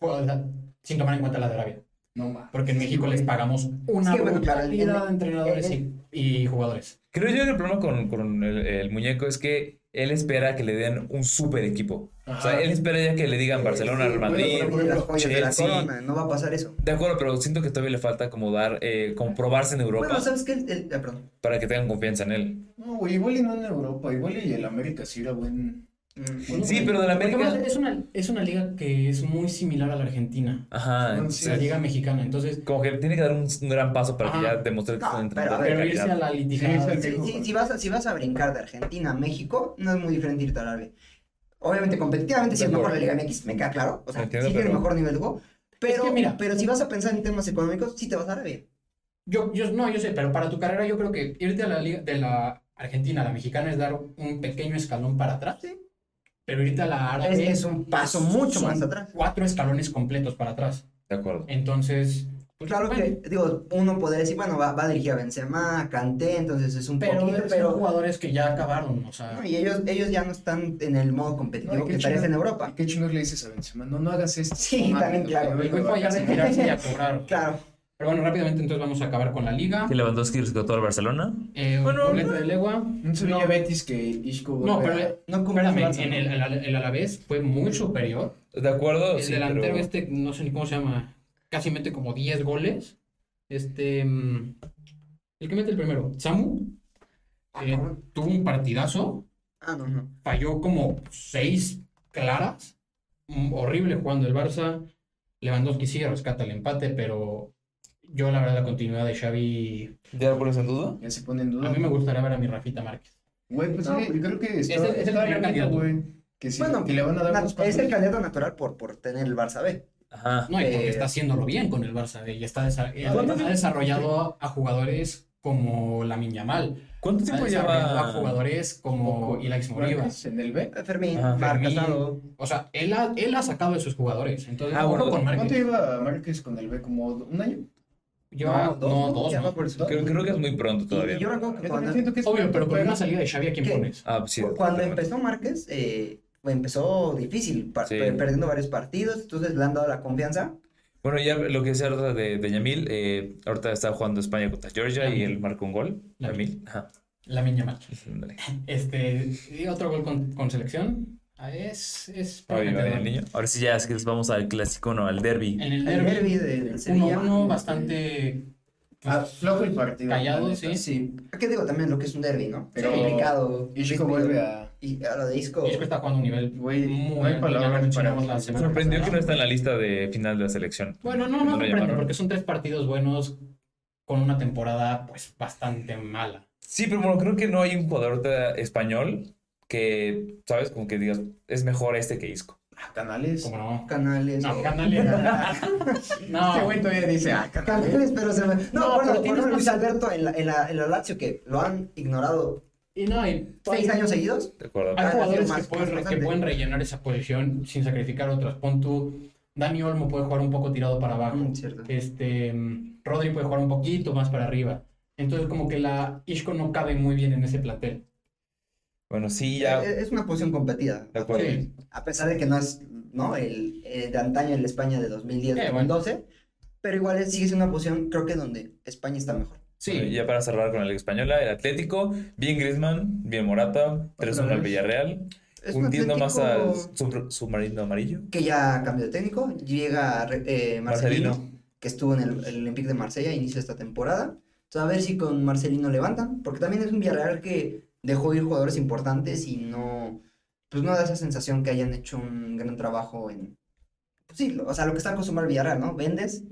[SPEAKER 4] o sea, sin tomar en cuenta la de Arabia.
[SPEAKER 6] No más.
[SPEAKER 4] Porque en México les pagamos una
[SPEAKER 5] Es que, bueno, claro, el-
[SPEAKER 4] brutalidad de entrenadores
[SPEAKER 5] el-
[SPEAKER 4] y, y jugadores.
[SPEAKER 3] Creo yo que el problema con, con el, el muñeco es que él espera que le den un super equipo. O sea,
[SPEAKER 6] Ajá.
[SPEAKER 3] él espera ya que le digan Barcelona, Real
[SPEAKER 6] bueno,
[SPEAKER 3] Madrid.
[SPEAKER 6] pero por
[SPEAKER 5] las
[SPEAKER 6] ejemplo,
[SPEAKER 5] joyas de la
[SPEAKER 3] Chelsea.
[SPEAKER 5] corona, no va a pasar eso.
[SPEAKER 3] De acuerdo, pero siento que todavía le falta como dar, eh, como probarse en Europa
[SPEAKER 5] Bueno, ¿sabes qué? El- el- ah, perdón.
[SPEAKER 3] para que tengan confianza en él.
[SPEAKER 6] No, güey, igual y no en Europa, igual y el América sí era buen.
[SPEAKER 5] Mm.
[SPEAKER 6] buen
[SPEAKER 3] Sí,
[SPEAKER 6] güey.
[SPEAKER 3] pero de la
[SPEAKER 4] Porque además
[SPEAKER 3] América.
[SPEAKER 4] es una, es una liga que es muy similar a la Argentina,
[SPEAKER 3] Ajá,
[SPEAKER 6] Bueno,
[SPEAKER 3] entonces,
[SPEAKER 6] sí.
[SPEAKER 4] la liga mexicana. Entonces,
[SPEAKER 3] como que tiene que dar un, un gran paso para que
[SPEAKER 4] Ajá.
[SPEAKER 3] ya demostrar que
[SPEAKER 5] No,
[SPEAKER 3] es un entrenador
[SPEAKER 5] pero a ver,
[SPEAKER 4] pero
[SPEAKER 3] de
[SPEAKER 4] irse a
[SPEAKER 3] calidad.
[SPEAKER 4] la
[SPEAKER 6] Sí, es
[SPEAKER 4] litigada.
[SPEAKER 6] el
[SPEAKER 5] Sí,
[SPEAKER 6] México.
[SPEAKER 5] sí, si, vas a, si vas a brincar de Argentina a México, no es muy diferente irte a Arabia. Obviamente, competitivamente, si
[SPEAKER 3] De
[SPEAKER 5] es mejor la
[SPEAKER 3] acuerdo.
[SPEAKER 5] Liga MX, me queda claro. O sea,
[SPEAKER 3] Entiendo,
[SPEAKER 5] sí tiene
[SPEAKER 3] pero-
[SPEAKER 5] mejor nivel de juego. Pero,
[SPEAKER 4] que mira-
[SPEAKER 5] pero si vas a pensar en temas económicos, sí te vas a Arabia.
[SPEAKER 4] Yo, yo, no, yo sé, pero para tu carrera yo creo que irte a la liga de la Argentina a la mexicana es dar un pequeño escalón para atrás.
[SPEAKER 5] Sí.
[SPEAKER 4] Pero irte a la
[SPEAKER 5] Es,
[SPEAKER 4] árabe
[SPEAKER 5] es un paso mucho
[SPEAKER 4] son
[SPEAKER 5] más atrás.
[SPEAKER 4] Cuatro escalones completos para atrás.
[SPEAKER 3] De acuerdo.
[SPEAKER 4] Entonces, pues,
[SPEAKER 5] Claro
[SPEAKER 4] bueno,
[SPEAKER 5] que, digo, uno podría decir, bueno, va, va a dirigir a Benzema, a Kanté, entonces es un
[SPEAKER 4] Pero
[SPEAKER 5] poquito,
[SPEAKER 4] son
[SPEAKER 5] pero...
[SPEAKER 4] jugadores que ya acabaron, o sea.
[SPEAKER 5] no, y ellos, ellos ya no están en el modo competitivo
[SPEAKER 6] No, y
[SPEAKER 5] que
[SPEAKER 6] qué
[SPEAKER 5] estarías en
[SPEAKER 6] chido. ¿Y
[SPEAKER 5] Europa.
[SPEAKER 6] qué chingos le dices a Benzema? No, no hagas esto.
[SPEAKER 5] Sí,
[SPEAKER 6] No mames,
[SPEAKER 5] también, claro,
[SPEAKER 6] güey,
[SPEAKER 4] El
[SPEAKER 6] me
[SPEAKER 4] güey fue allá de
[SPEAKER 6] vacaciones.
[SPEAKER 4] retirarse y a
[SPEAKER 5] [LAUGHS]
[SPEAKER 4] cobrar. [LAUGHS]
[SPEAKER 5] Claro.
[SPEAKER 4] Pero bueno, rápidamente entonces vamos a acabar con la liga.
[SPEAKER 3] Que Lewandowski rescató al Barcelona.
[SPEAKER 4] Eh, un
[SPEAKER 3] Bueno,
[SPEAKER 4] doblete de Legua.
[SPEAKER 6] Un Sevilla
[SPEAKER 4] No.
[SPEAKER 6] Betis que Isco
[SPEAKER 4] No,
[SPEAKER 6] vuelve
[SPEAKER 4] pero
[SPEAKER 5] No como
[SPEAKER 4] espérame,
[SPEAKER 5] Barça,
[SPEAKER 4] en
[SPEAKER 5] ¿no?
[SPEAKER 4] el, el- el Alavés fue muy superior.
[SPEAKER 3] De acuerdo,
[SPEAKER 4] El
[SPEAKER 3] Oh, sí,
[SPEAKER 4] delantero
[SPEAKER 3] pero-
[SPEAKER 4] este, no sé ni cómo se llama, casi mete como 10 goles. Este, mm, el que mete el primero, Samu,
[SPEAKER 5] Ah,
[SPEAKER 4] eh,
[SPEAKER 5] cabrón.
[SPEAKER 4] tuvo un partidazo,
[SPEAKER 5] Ah, no, no.
[SPEAKER 4] falló como 6 claras, mm, horrible jugando el Barça. Lewandowski sí rescata el empate, pero yo la verdad la continuidad de Xavi,
[SPEAKER 3] ¿Ya lo pones en duda?
[SPEAKER 6] Ya se pone en
[SPEAKER 4] a
[SPEAKER 6] duda.
[SPEAKER 4] mí me gustaría ver a mi Rafita Márquez.
[SPEAKER 6] Güey, pues
[SPEAKER 5] No,
[SPEAKER 6] sí, creo que está,
[SPEAKER 4] es el- es el
[SPEAKER 6] está
[SPEAKER 4] primer
[SPEAKER 6] bien,
[SPEAKER 4] candidato.
[SPEAKER 6] güey. Que si
[SPEAKER 5] Bueno,
[SPEAKER 6] que le van a dar
[SPEAKER 5] Na-
[SPEAKER 6] unos
[SPEAKER 5] es el
[SPEAKER 6] cuantos-
[SPEAKER 5] candidato natural por, por tener el Barça B.
[SPEAKER 3] Ajá.
[SPEAKER 4] No, y porque
[SPEAKER 5] Eh,
[SPEAKER 4] está haciéndolo bien con el Barça y está desa- eh,
[SPEAKER 6] ¿Cuánto
[SPEAKER 4] ha
[SPEAKER 6] tiempo?
[SPEAKER 4] desarrollado a jugadores como la Yamal.
[SPEAKER 3] ¿Cuánto
[SPEAKER 4] Ha
[SPEAKER 5] Ah,
[SPEAKER 3] tiempo
[SPEAKER 4] desarrollado a
[SPEAKER 3] lleva?
[SPEAKER 4] jugadores como Ilaix Moriba.
[SPEAKER 6] en el B.
[SPEAKER 5] Eh, Fermín,
[SPEAKER 3] Ah,
[SPEAKER 5] Marc
[SPEAKER 4] Fermín.
[SPEAKER 5] Casado.
[SPEAKER 4] O sea, él ha, él ha sacado de sus jugadores. Entonces,
[SPEAKER 3] Ah,
[SPEAKER 4] ojo
[SPEAKER 3] bueno,
[SPEAKER 4] con
[SPEAKER 6] ¿Cuánto
[SPEAKER 4] Márquez.
[SPEAKER 6] lleva Márquez con el B? ¿Como un año?
[SPEAKER 4] Lleva no,
[SPEAKER 5] No, dos, ¿no?
[SPEAKER 4] dos,
[SPEAKER 5] Ya
[SPEAKER 4] ¿no?
[SPEAKER 5] va por su-
[SPEAKER 3] Creo, creo que es muy pronto todavía.
[SPEAKER 5] Y yo recuerdo que
[SPEAKER 6] Yo
[SPEAKER 5] cuando,
[SPEAKER 6] también siento que es
[SPEAKER 4] Obvio, pero con
[SPEAKER 6] pero-
[SPEAKER 4] una salida de Xavi, ¿a quién
[SPEAKER 5] ¿Qué?
[SPEAKER 4] pones?
[SPEAKER 3] Ah, sí.
[SPEAKER 5] cuando
[SPEAKER 3] totalmente.
[SPEAKER 5] empezó Márquez, eh, empezó difícil, par-
[SPEAKER 3] Sí.
[SPEAKER 5] per- perdiendo varios partidos, entonces le han dado la confianza.
[SPEAKER 3] Bueno, ya lo que decía ahorita de, de Yamil, eh, ahorita está jugando España contra Georgia y él marcó un gol.
[SPEAKER 4] Yamil.
[SPEAKER 3] Yamil. Ajá.
[SPEAKER 4] La Yamal.
[SPEAKER 5] [LAUGHS]
[SPEAKER 3] Ándale.
[SPEAKER 4] Este, y otro gol con, con selección. Ah, Es, es
[SPEAKER 3] Ahí va el
[SPEAKER 4] prometedor.
[SPEAKER 3] niño. Ahora sí, ya es que vamos al clásico, no, al derby.
[SPEAKER 4] En el
[SPEAKER 5] El
[SPEAKER 4] derby,
[SPEAKER 5] derbi de, del Sevilla.
[SPEAKER 4] 1-1, bastante... pues,
[SPEAKER 6] Ah, flojo el partido.
[SPEAKER 4] Callado,
[SPEAKER 6] la neta,
[SPEAKER 4] sí.
[SPEAKER 5] ¿Qué digo también? Lo que es un derby, ¿no?
[SPEAKER 6] Pero-
[SPEAKER 5] complicado.
[SPEAKER 6] Isco
[SPEAKER 5] ríspido.
[SPEAKER 6] vuelve a...
[SPEAKER 5] Y a lo de Isco.
[SPEAKER 4] Y es que está jugando a un nivel
[SPEAKER 6] Güey,
[SPEAKER 4] muy
[SPEAKER 6] no
[SPEAKER 4] alto,
[SPEAKER 6] hay
[SPEAKER 4] ya
[SPEAKER 6] palabras
[SPEAKER 4] lo
[SPEAKER 6] para
[SPEAKER 4] mencionamos
[SPEAKER 6] eso.
[SPEAKER 4] la
[SPEAKER 6] Me
[SPEAKER 4] semana
[SPEAKER 3] Sorprendió que
[SPEAKER 4] pasada.
[SPEAKER 3] no está en la lista de final de la selección.
[SPEAKER 4] Bueno,
[SPEAKER 3] Que
[SPEAKER 4] no, no
[SPEAKER 3] lo
[SPEAKER 4] me sorprende
[SPEAKER 3] llamaron.
[SPEAKER 4] porque son tres partidos buenos con una temporada pues bastante mala.
[SPEAKER 3] Sí, pero bueno, creo que no hay un jugador de- español que, ¿sabes? Como que digas, es mejor este que Isco.
[SPEAKER 6] Ah, Canales.
[SPEAKER 4] Como no.
[SPEAKER 5] Canales.
[SPEAKER 4] No,
[SPEAKER 5] [LAUGHS]
[SPEAKER 4] Canales. No.
[SPEAKER 6] Este güey todavía dice, ah, Canales.
[SPEAKER 5] Canales, pero se me... No,
[SPEAKER 4] No,
[SPEAKER 5] bueno,
[SPEAKER 4] pero
[SPEAKER 5] por
[SPEAKER 4] tienes
[SPEAKER 5] ejemplo, Luis
[SPEAKER 4] más-
[SPEAKER 5] Alberto en la, en, la, en la Lazio, que lo han ignorado
[SPEAKER 4] Y no, y
[SPEAKER 5] seis años seguidos.
[SPEAKER 3] ¿De acuerdo?
[SPEAKER 4] hay
[SPEAKER 5] Ah,
[SPEAKER 4] jugadores
[SPEAKER 5] más-
[SPEAKER 4] que pueden,
[SPEAKER 5] más
[SPEAKER 4] re- que
[SPEAKER 5] bastante.
[SPEAKER 4] pueden rellenar esa posición sin sacrificar otras. Pon tú, Dani Olmo puede jugar un poco tirado para
[SPEAKER 3] Ah,
[SPEAKER 4] abajo.
[SPEAKER 5] Mm, cierto.
[SPEAKER 4] Este, mm, Rodri puede jugar un poquito más para arriba. Entonces como que la Isco no cabe muy bien en ese plantel.
[SPEAKER 3] Bueno, sí, ya.
[SPEAKER 5] Eh, Es es una posición competida.
[SPEAKER 3] De acuerdo.
[SPEAKER 4] Sí.
[SPEAKER 5] A pesar de que no es, ¿no? El, eh, de antaño, el España de 2010,
[SPEAKER 4] Eh,
[SPEAKER 5] 2012. Pero igual es- sigue siendo una posición, creo que donde España está mejor.
[SPEAKER 3] Bueno,
[SPEAKER 4] Sí.
[SPEAKER 3] Ya para cerrar con la Liga Española, el Atlético, bien Griezmann, bien Morata, 3-1 al
[SPEAKER 6] vez.
[SPEAKER 3] Villarreal,
[SPEAKER 5] Es un
[SPEAKER 3] hundiendo más al
[SPEAKER 5] Atlético
[SPEAKER 3] sub- submarino amarillo.
[SPEAKER 5] Que ya cambió de técnico. Llega eh, Marcelino, que estuvo en el, el Olympique de Marsella a inicio de esta temporada. Entonces, a ver si con Marcelino levantan. Porque también es un Villarreal que dejó ir jugadores importantes y no. Pues no da esa sensación que hayan hecho un gran trabajo en. Pues sí, lo- o sea, lo que está acostumbrado el Villarreal, ¿no? Vendes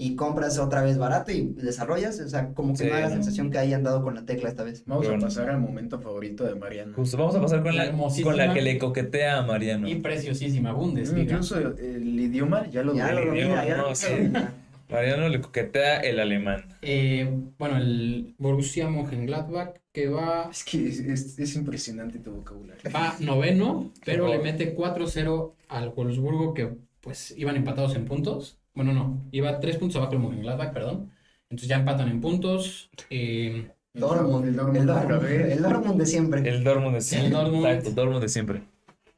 [SPEAKER 5] y compras otra vez barato y desarrollas. O sea, como que
[SPEAKER 3] Sí,
[SPEAKER 5] no da la
[SPEAKER 3] ¿no?
[SPEAKER 5] sensación que hayan dado con la tecla esta [LAUGHS] vez.
[SPEAKER 6] Vamos a
[SPEAKER 3] Bueno.
[SPEAKER 6] pasar al momento favorito de Mariano.
[SPEAKER 3] Justo, vamos a pasar con la,
[SPEAKER 4] Hermosísima.
[SPEAKER 3] con la que le coquetea a Mariano.
[SPEAKER 4] Y preciosísima
[SPEAKER 6] Mm,
[SPEAKER 4] Bundesliga.
[SPEAKER 6] Incluso el idioma ya lo
[SPEAKER 5] Ya
[SPEAKER 6] dominé.
[SPEAKER 5] lo domina,
[SPEAKER 3] Diego,
[SPEAKER 5] ya lo
[SPEAKER 3] no,
[SPEAKER 5] domina.
[SPEAKER 3] sí. Mariano le coquetea el alemán.
[SPEAKER 4] Eh, bueno, el Borussia Mönchengladbach que va,
[SPEAKER 6] Es que es, es- es impresionante tu vocabulario.
[SPEAKER 4] va noveno, pero
[SPEAKER 3] horror.
[SPEAKER 4] le mete 4-0 al Wolfsburgo que pues iban empatados en puntos. Bueno, no, iba tres puntos abajo el Mönchengladbach, perdón. Entonces ya empatan en puntos. Eh,
[SPEAKER 6] El
[SPEAKER 5] Dortmund, el Dortmund,
[SPEAKER 6] otra vez.
[SPEAKER 5] el Dortmund de siempre.
[SPEAKER 3] El Dortmund de siempre.
[SPEAKER 4] Dortmund.
[SPEAKER 3] Exacto, Dortmund de siempre.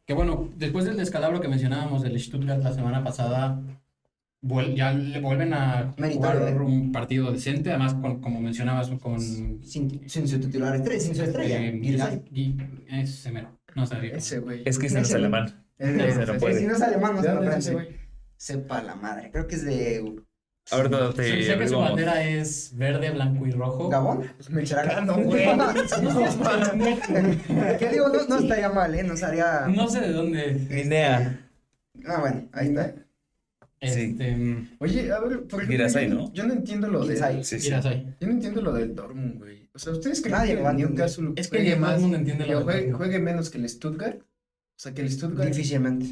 [SPEAKER 4] que bueno, después del descalabro que mencionábamos del Stuttgart la semana pasada, vuel- ya le vuelven a
[SPEAKER 5] Meritorio,
[SPEAKER 4] jugar
[SPEAKER 5] ¿eh?
[SPEAKER 4] un partido decente, además con- como mencionabas, con
[SPEAKER 5] Sin, sin su titular estrella, sin su estrella.
[SPEAKER 4] Eh,
[SPEAKER 5] Gilsay.
[SPEAKER 4] Gui- ese mero. No sabía.
[SPEAKER 6] Ese güey. Eh,
[SPEAKER 3] Es que ese no es
[SPEAKER 5] Ese-
[SPEAKER 3] alemán. ese no
[SPEAKER 5] Sí,
[SPEAKER 3] puede.
[SPEAKER 5] Si no es alemán, no
[SPEAKER 6] ¿De
[SPEAKER 5] es
[SPEAKER 6] dónde es
[SPEAKER 5] francés.
[SPEAKER 6] ese güey?
[SPEAKER 5] Sepa la madre. Creo que es de
[SPEAKER 3] Ahorita
[SPEAKER 4] Sí,
[SPEAKER 3] te
[SPEAKER 4] sé que su
[SPEAKER 3] averiguamos.
[SPEAKER 4] bandera es verde, blanco y rojo.
[SPEAKER 5] Gabón.
[SPEAKER 6] Mexicano,
[SPEAKER 5] No, [LAUGHS]
[SPEAKER 6] güey.
[SPEAKER 5] ¿Qué digo? No, no estaría mal, ¿eh? Nos haría.
[SPEAKER 4] No sé de dónde.
[SPEAKER 3] Guinea.
[SPEAKER 5] Ah, bueno, ahí está.
[SPEAKER 3] Sí.
[SPEAKER 4] Este, mm,
[SPEAKER 6] Oye, a ver, por ejemplo,
[SPEAKER 3] Girasay,
[SPEAKER 6] yo-
[SPEAKER 3] ¿no?
[SPEAKER 6] Yo no entiendo lo de.
[SPEAKER 5] Girasay.
[SPEAKER 3] Sí, sí.
[SPEAKER 4] mira, soy.
[SPEAKER 6] Yo no entiendo lo del Dortmund, güey. O sea, ¿ustedes creen
[SPEAKER 5] Nadie
[SPEAKER 6] que
[SPEAKER 5] lo va a
[SPEAKER 6] el
[SPEAKER 5] entender.
[SPEAKER 6] Newcastle
[SPEAKER 4] Es que
[SPEAKER 6] juegue
[SPEAKER 4] ni todo el mundo entiende lo
[SPEAKER 6] que
[SPEAKER 4] del
[SPEAKER 6] juegue,
[SPEAKER 4] Dortmund.
[SPEAKER 6] juegue menos que el Stuttgart? O sea, que el Stuttgart.
[SPEAKER 5] Difícilmente.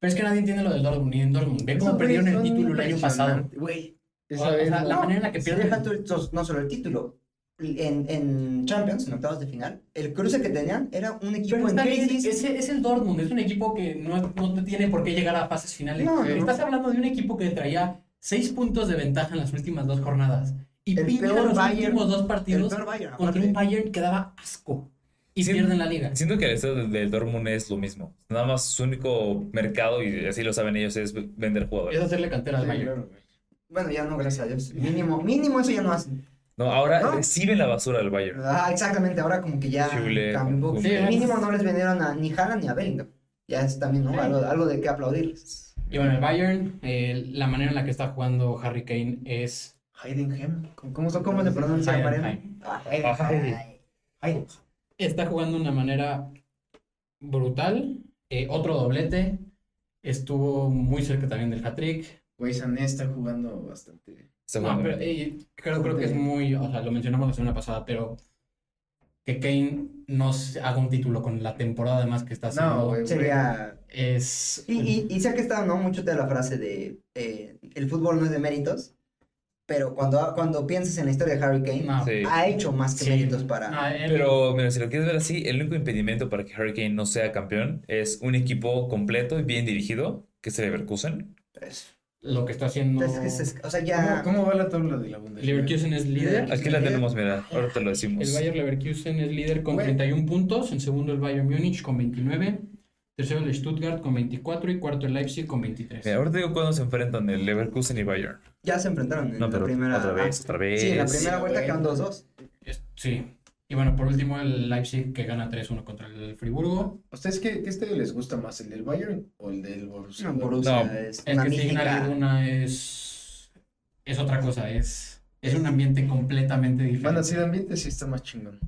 [SPEAKER 4] Pero es que nadie entiende lo del Dortmund, ni en Dortmund. Ve
[SPEAKER 6] Esos
[SPEAKER 4] cómo perdieron el
[SPEAKER 6] güeyes son
[SPEAKER 4] título el año pasado.
[SPEAKER 6] impresionantes, Güey.
[SPEAKER 4] O,
[SPEAKER 6] Es
[SPEAKER 4] o
[SPEAKER 6] la
[SPEAKER 4] sea,
[SPEAKER 6] verdad.
[SPEAKER 4] la manera en la que
[SPEAKER 5] Si
[SPEAKER 4] pierden.
[SPEAKER 5] deja tú el- no solo el título. En, en Champions, en octavos de final, el cruce que tenían era un equipo
[SPEAKER 4] Pero
[SPEAKER 5] en
[SPEAKER 4] está bien,
[SPEAKER 5] crisis.
[SPEAKER 4] ese- es el Dortmund, es un equipo que no, no te tiene por qué llegar a fases finales.
[SPEAKER 5] No,
[SPEAKER 6] no.
[SPEAKER 4] Estás hablando de un equipo que traía seis puntos de ventaja en las últimas dos jornadas. Y
[SPEAKER 5] El
[SPEAKER 4] pinta
[SPEAKER 5] peor
[SPEAKER 4] los
[SPEAKER 5] Bayern-
[SPEAKER 4] últimos dos
[SPEAKER 5] El
[SPEAKER 4] partidos
[SPEAKER 5] peor Bayern,
[SPEAKER 4] contra
[SPEAKER 5] aparte.
[SPEAKER 4] un Bayern que daba asco. Y
[SPEAKER 3] Sí.
[SPEAKER 4] pierden la liga.
[SPEAKER 3] Siento que el estado del Dortmund es lo mismo. Nada más su único mercado, y así lo saben ellos, es vender
[SPEAKER 4] Es
[SPEAKER 3] jugadores.
[SPEAKER 4] hacerle cantera al
[SPEAKER 6] Sí,
[SPEAKER 4] Bayern.
[SPEAKER 6] claro, güey.
[SPEAKER 5] Bueno, ya no, gracias a Dios. Mínimo, mínimo eso ya no hacen.
[SPEAKER 3] No, ahora
[SPEAKER 5] ¿No?
[SPEAKER 3] reciben la basura del Bayern.
[SPEAKER 5] Ah, exactamente, ahora como que ya
[SPEAKER 3] Schüle,
[SPEAKER 5] cambió un poco.
[SPEAKER 3] Kunde.
[SPEAKER 4] Sí,
[SPEAKER 5] Mínimo no les vendieron a ni Haaland ni a Bellingham. Ya es también, ¿no?
[SPEAKER 4] Sí.
[SPEAKER 5] Algo, algo de qué aplaudirles.
[SPEAKER 4] Y bueno, el Bayern, eh, la manera en la que está jugando Harry Kane es.
[SPEAKER 6] Heidenheim. ¿Cómo, cómo, se
[SPEAKER 5] ¿Cómo, cómo se pronuncia,
[SPEAKER 4] Ay,
[SPEAKER 5] Mariano?
[SPEAKER 4] ay.
[SPEAKER 5] Ah, Heidenheim. Heidenheim.
[SPEAKER 4] Está jugando de una manera brutal. eh, otro doblete. Estuvo muy cerca también del hat-trick.
[SPEAKER 6] Güey, Sané está jugando bastante.
[SPEAKER 3] Está
[SPEAKER 4] No,
[SPEAKER 3] jugando
[SPEAKER 4] pero
[SPEAKER 3] bien.
[SPEAKER 4] eh, creo, creo que es muy. O sea, lo mencionamos la semana pasada, pero. Que Kane no se haga un título con la temporada además que está haciendo.
[SPEAKER 6] No, güey.
[SPEAKER 5] Sería.
[SPEAKER 4] es.
[SPEAKER 5] Y, y, y sé que está, ¿no? Mucho de la frase de eh, el fútbol no es de méritos, pero cuando, cuando piensas en la historia de Harry Kane,
[SPEAKER 4] no,
[SPEAKER 3] Sí.
[SPEAKER 5] ha hecho más que
[SPEAKER 4] sí.
[SPEAKER 5] méritos para.
[SPEAKER 4] No, Ah, él-
[SPEAKER 3] Pero, mira, si lo quieres ver así, el único impedimento para que Hurricane no sea campeón es un equipo completo y bien dirigido, que es el Leverkusen.
[SPEAKER 5] Pues,
[SPEAKER 4] Lo que está haciendo.
[SPEAKER 5] es que se- o sea,
[SPEAKER 6] ¿Cómo,
[SPEAKER 5] ya.
[SPEAKER 6] cómo va la tabla de la Bundesliga?
[SPEAKER 4] Leverkusen es líder.
[SPEAKER 3] Aquí la tenemos, mira, ahora te lo decimos.
[SPEAKER 4] El
[SPEAKER 5] Pues
[SPEAKER 4] Bayern Leverkusen es líder con
[SPEAKER 6] Bueno.
[SPEAKER 4] 31 puntos, en segundo el Bayern Múnich con 29, tercero el Stuttgart con 24 y cuarto el Leipzig con 23.
[SPEAKER 3] Mira, ahora te digo cuándo se enfrentan el Leverkusen y Bayern.
[SPEAKER 5] Ya se enfrentaron en
[SPEAKER 3] No,
[SPEAKER 5] la
[SPEAKER 3] pero
[SPEAKER 5] primera. Ah,
[SPEAKER 3] otra vez, otra vez.
[SPEAKER 5] Sí, en la primera vuelta
[SPEAKER 6] güey.
[SPEAKER 5] quedan 2-2.
[SPEAKER 4] Es- Sí. Y bueno, por último el Leipzig que gana 3-1 contra el Friburgo.
[SPEAKER 6] ¿A ¿Ustedes qué, qué estadio les gusta más, el del Bayern o el del Borussia?
[SPEAKER 5] No, Borussia es
[SPEAKER 4] El
[SPEAKER 5] una
[SPEAKER 4] que sí,
[SPEAKER 5] mística.
[SPEAKER 4] una Luna es es otra cosa, es es un ambiente completamente
[SPEAKER 6] Van
[SPEAKER 4] diferente.
[SPEAKER 6] así de ambiente, sí está más chingón.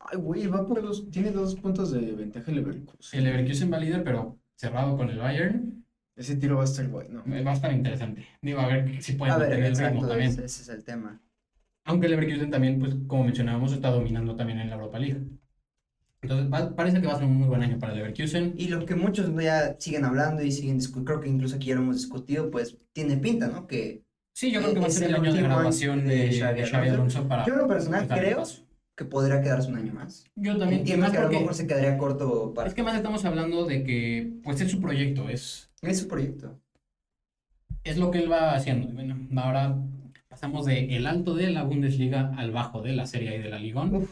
[SPEAKER 6] Ay, güey, va por los. Tiene dos puntos de ventaja el Leverkusen.
[SPEAKER 4] El Leverkusen va líder, pero cerrado con el Bayern.
[SPEAKER 6] Ese tiro va a estar guay, ¿no?
[SPEAKER 4] Va a estar interesante. Digo, a ver si pueden
[SPEAKER 5] A ver,
[SPEAKER 4] mantener el ritmo
[SPEAKER 5] exacto,
[SPEAKER 4] también.
[SPEAKER 5] ese, ese es el tema.
[SPEAKER 4] Aunque Leverkusen también, pues como mencionábamos, está dominando también en la Europa League. Entonces va- parece que va a ser un muy buen año para Leverkusen.
[SPEAKER 5] Y lo que muchos ya siguen hablando y siguen discutiendo, creo que incluso aquí ya lo hemos discutido, pues tiene pinta, ¿no? Que
[SPEAKER 4] Sí, yo creo que va a
[SPEAKER 5] Es
[SPEAKER 4] ser el
[SPEAKER 5] el
[SPEAKER 4] año de
[SPEAKER 5] último año
[SPEAKER 4] graduación
[SPEAKER 5] de
[SPEAKER 4] de,
[SPEAKER 5] Xavi
[SPEAKER 4] de Xavi
[SPEAKER 5] Alonso.
[SPEAKER 4] Alonso para...
[SPEAKER 5] yo en lo personal
[SPEAKER 4] dar el
[SPEAKER 5] creo
[SPEAKER 4] paso.
[SPEAKER 5] que podría quedarse un año más.
[SPEAKER 4] Yo también, y
[SPEAKER 5] Entiendo
[SPEAKER 4] más
[SPEAKER 5] que a lo
[SPEAKER 4] porque-
[SPEAKER 5] mejor se quedaría corto para...
[SPEAKER 4] Es que más estamos hablando de que, pues es su proyecto, es,
[SPEAKER 5] Es su proyecto.
[SPEAKER 4] es lo que él va haciendo. Y Bueno, ahora pasamos de el alto de la Bundesliga al bajo de la Serie A y de la Ligón.
[SPEAKER 5] Uf,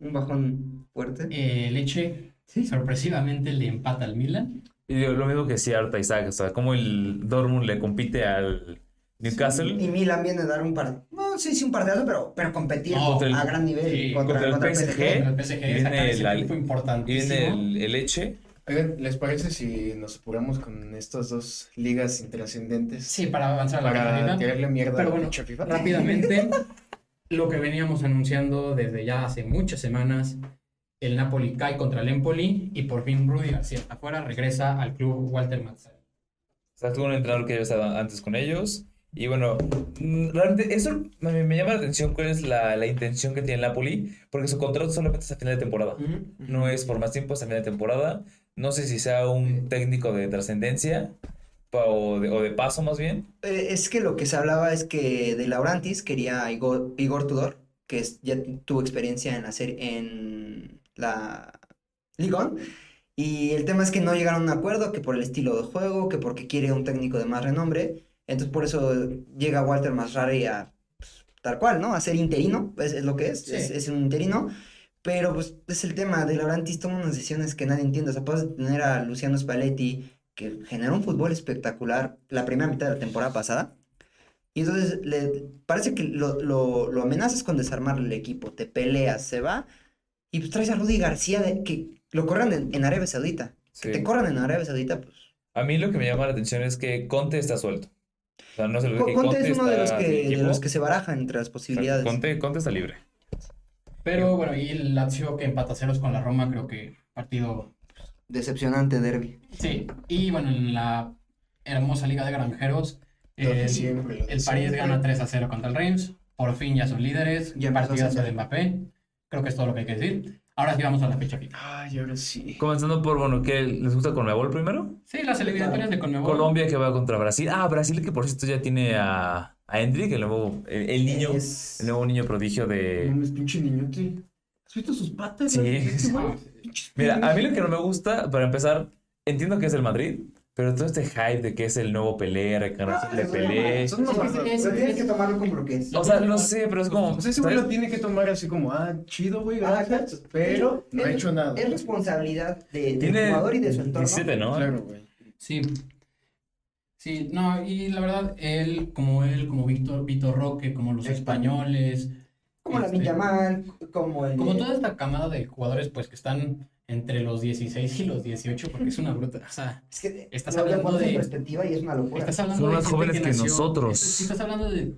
[SPEAKER 5] un bajón fuerte.
[SPEAKER 4] Eh, Leche, sorpresivamente, le empata al Milan.
[SPEAKER 3] Y digo, lo mismo que decía Arta Isaac, o sea, cómo el Dortmund le compite al Newcastle
[SPEAKER 5] Y Milan viene a dar un par... No, sí, sí, un partidazo, pero, pero competir
[SPEAKER 4] No,
[SPEAKER 3] contra el-
[SPEAKER 5] a gran nivel
[SPEAKER 4] sí,
[SPEAKER 5] contra,
[SPEAKER 3] contra el
[SPEAKER 5] contra el
[SPEAKER 3] PSG.
[SPEAKER 5] PSG.
[SPEAKER 4] El PSG
[SPEAKER 3] Y viene
[SPEAKER 4] saca ese
[SPEAKER 3] la-
[SPEAKER 4] triunfo
[SPEAKER 3] y viene
[SPEAKER 4] importantísimo.
[SPEAKER 3] el, el Eche.
[SPEAKER 6] Oigan, ¿les parece si nos apuramos con estas dos ligas intrascendentes?
[SPEAKER 4] Sí, para avanzar a la Liga.
[SPEAKER 6] Para tirarle mierda
[SPEAKER 4] Pero
[SPEAKER 6] a la
[SPEAKER 4] bueno,
[SPEAKER 6] pinche FIFA.
[SPEAKER 4] Rápidamente, lo que veníamos anunciando desde ya hace muchas semanas, el Napoli cae contra el Empoli y por fin Rudy García está afuera, regresa al club Walter Mazzarri.
[SPEAKER 3] O sea, tuvo un entrenador que ya estaba antes con ellos. Y bueno, mm, realmente eso me, me llama la atención cuál es la, la intención que tiene Napoli, porque su contrato solamente es a final de temporada. No es por más tiempo, es a final de temporada. No sé si sea un técnico de trascendencia, pa- o de, o de paso más bien.
[SPEAKER 5] Eh, Es que lo que se hablaba es que de Laurantis quería a Igor, Igor Tudor, que es- ya tuvo experiencia en la serie, en la Ligue 1, Y el tema es que no llegaron a un acuerdo, que por el estilo de juego, que porque quiere un técnico de más renombre. Entonces por eso llega Walter Masrari a pues, tal cual, ¿no? A ser interino, es, es lo que es,
[SPEAKER 4] Sí.
[SPEAKER 5] es, es un interino. Pero pues es el tema de Laurantis toma unas decisiones que nadie entiende. O sea, puedes tener a Luciano Spalletti que generó un fútbol espectacular la primera mitad de la temporada pasada. Y entonces le parece que lo, lo- lo amenazas con desarmar el equipo, te peleas, se va, y pues traes a Rudy García de- que lo corran en, en Arabia Saudita.
[SPEAKER 3] Sí.
[SPEAKER 5] Que te corran en Arabia Saudita, pues.
[SPEAKER 3] Eh, A mí lo que me llama la atención es que Conte está suelto. O sea, no se lo
[SPEAKER 5] Co-
[SPEAKER 3] que
[SPEAKER 5] Conte es uno de los
[SPEAKER 3] está
[SPEAKER 5] que,
[SPEAKER 3] sin
[SPEAKER 5] de
[SPEAKER 3] equipo.
[SPEAKER 5] los que se barajan entre las
[SPEAKER 3] O sea,
[SPEAKER 5] posibilidades.
[SPEAKER 3] Conte, Conte está libre.
[SPEAKER 4] Pero bueno, y el Lazio que empata ceros con la Roma, creo que partido.
[SPEAKER 5] Decepcionante derby.
[SPEAKER 4] Sí. Y bueno, en la hermosa Liga de Granjeros,
[SPEAKER 6] Lo de
[SPEAKER 4] el,
[SPEAKER 6] siempre, lo de
[SPEAKER 4] el París
[SPEAKER 6] siempre.
[SPEAKER 4] gana 3 a 0 contra el Reims. Por fin ya son líderes.
[SPEAKER 5] Ya empezó a
[SPEAKER 4] partidazo de
[SPEAKER 5] ascender.
[SPEAKER 4] Mbappé. Creo que es todo lo que hay que decir. Ahora sí vamos a la fecha FIFA.
[SPEAKER 6] Ay, ahora sí.
[SPEAKER 3] Comenzando por, bueno, ¿qué les gusta Conmebol primero?
[SPEAKER 4] Sí, las eliminatorias de Conmebol.
[SPEAKER 3] Colombia que va contra Brasil. Ah, Brasil que por cierto ya tiene a, a Hendrik, el nuevo, el, el niño,
[SPEAKER 5] Es-
[SPEAKER 3] el nuevo niño prodigio
[SPEAKER 6] No
[SPEAKER 3] de...
[SPEAKER 6] mames, pinche niñote. ¿Has visto sus patas?
[SPEAKER 3] Sí.
[SPEAKER 6] Pinches
[SPEAKER 4] Ah,
[SPEAKER 3] Mira, a mí lo que no me gusta, para empezar, entiendo que es el Madrid, pero todo este hype de que es el nuevo Pelé,
[SPEAKER 5] Ah,
[SPEAKER 3] recargarse de
[SPEAKER 5] es
[SPEAKER 3] Pelé...
[SPEAKER 5] una- son unos
[SPEAKER 4] Sí, sí,
[SPEAKER 5] barbados.
[SPEAKER 4] sí, sí,
[SPEAKER 5] Pero
[SPEAKER 4] sí.
[SPEAKER 5] tienes que tomarlo como lo que es.
[SPEAKER 3] O sea, no sé, pero es como...
[SPEAKER 5] Pues
[SPEAKER 6] O sea, ese güey lo
[SPEAKER 3] ¿sabes?
[SPEAKER 6] tiene que tomar así como, ah, chido, güey,
[SPEAKER 5] Ah,
[SPEAKER 6] gracias,
[SPEAKER 5] exacto.
[SPEAKER 6] pero no ha
[SPEAKER 5] Es-
[SPEAKER 6] hecho nada.
[SPEAKER 5] Es responsabilidad de- del
[SPEAKER 3] Tiene
[SPEAKER 5] jugador y de su entorno.
[SPEAKER 3] 17, ¿no?
[SPEAKER 6] Claro, güey.
[SPEAKER 4] Sí. Sí, no, y la verdad, él, como él, como Víctor, Vitor Roque, como los españoles,
[SPEAKER 5] Como la
[SPEAKER 4] Este-
[SPEAKER 5] Millamal, como el.
[SPEAKER 4] como toda esta camada de jugadores, pues que están entre los 16 y los 18, porque es una bruta. O sea,
[SPEAKER 5] Es que
[SPEAKER 4] Estás
[SPEAKER 5] lo había
[SPEAKER 4] hablando
[SPEAKER 5] puesto en
[SPEAKER 4] de-
[SPEAKER 5] perspectiva y es una locura.
[SPEAKER 4] estás hablando
[SPEAKER 3] Son
[SPEAKER 4] de
[SPEAKER 3] más
[SPEAKER 4] gente
[SPEAKER 3] jóvenes que
[SPEAKER 4] nació-
[SPEAKER 3] nosotros.
[SPEAKER 4] estás- Estás hablando de,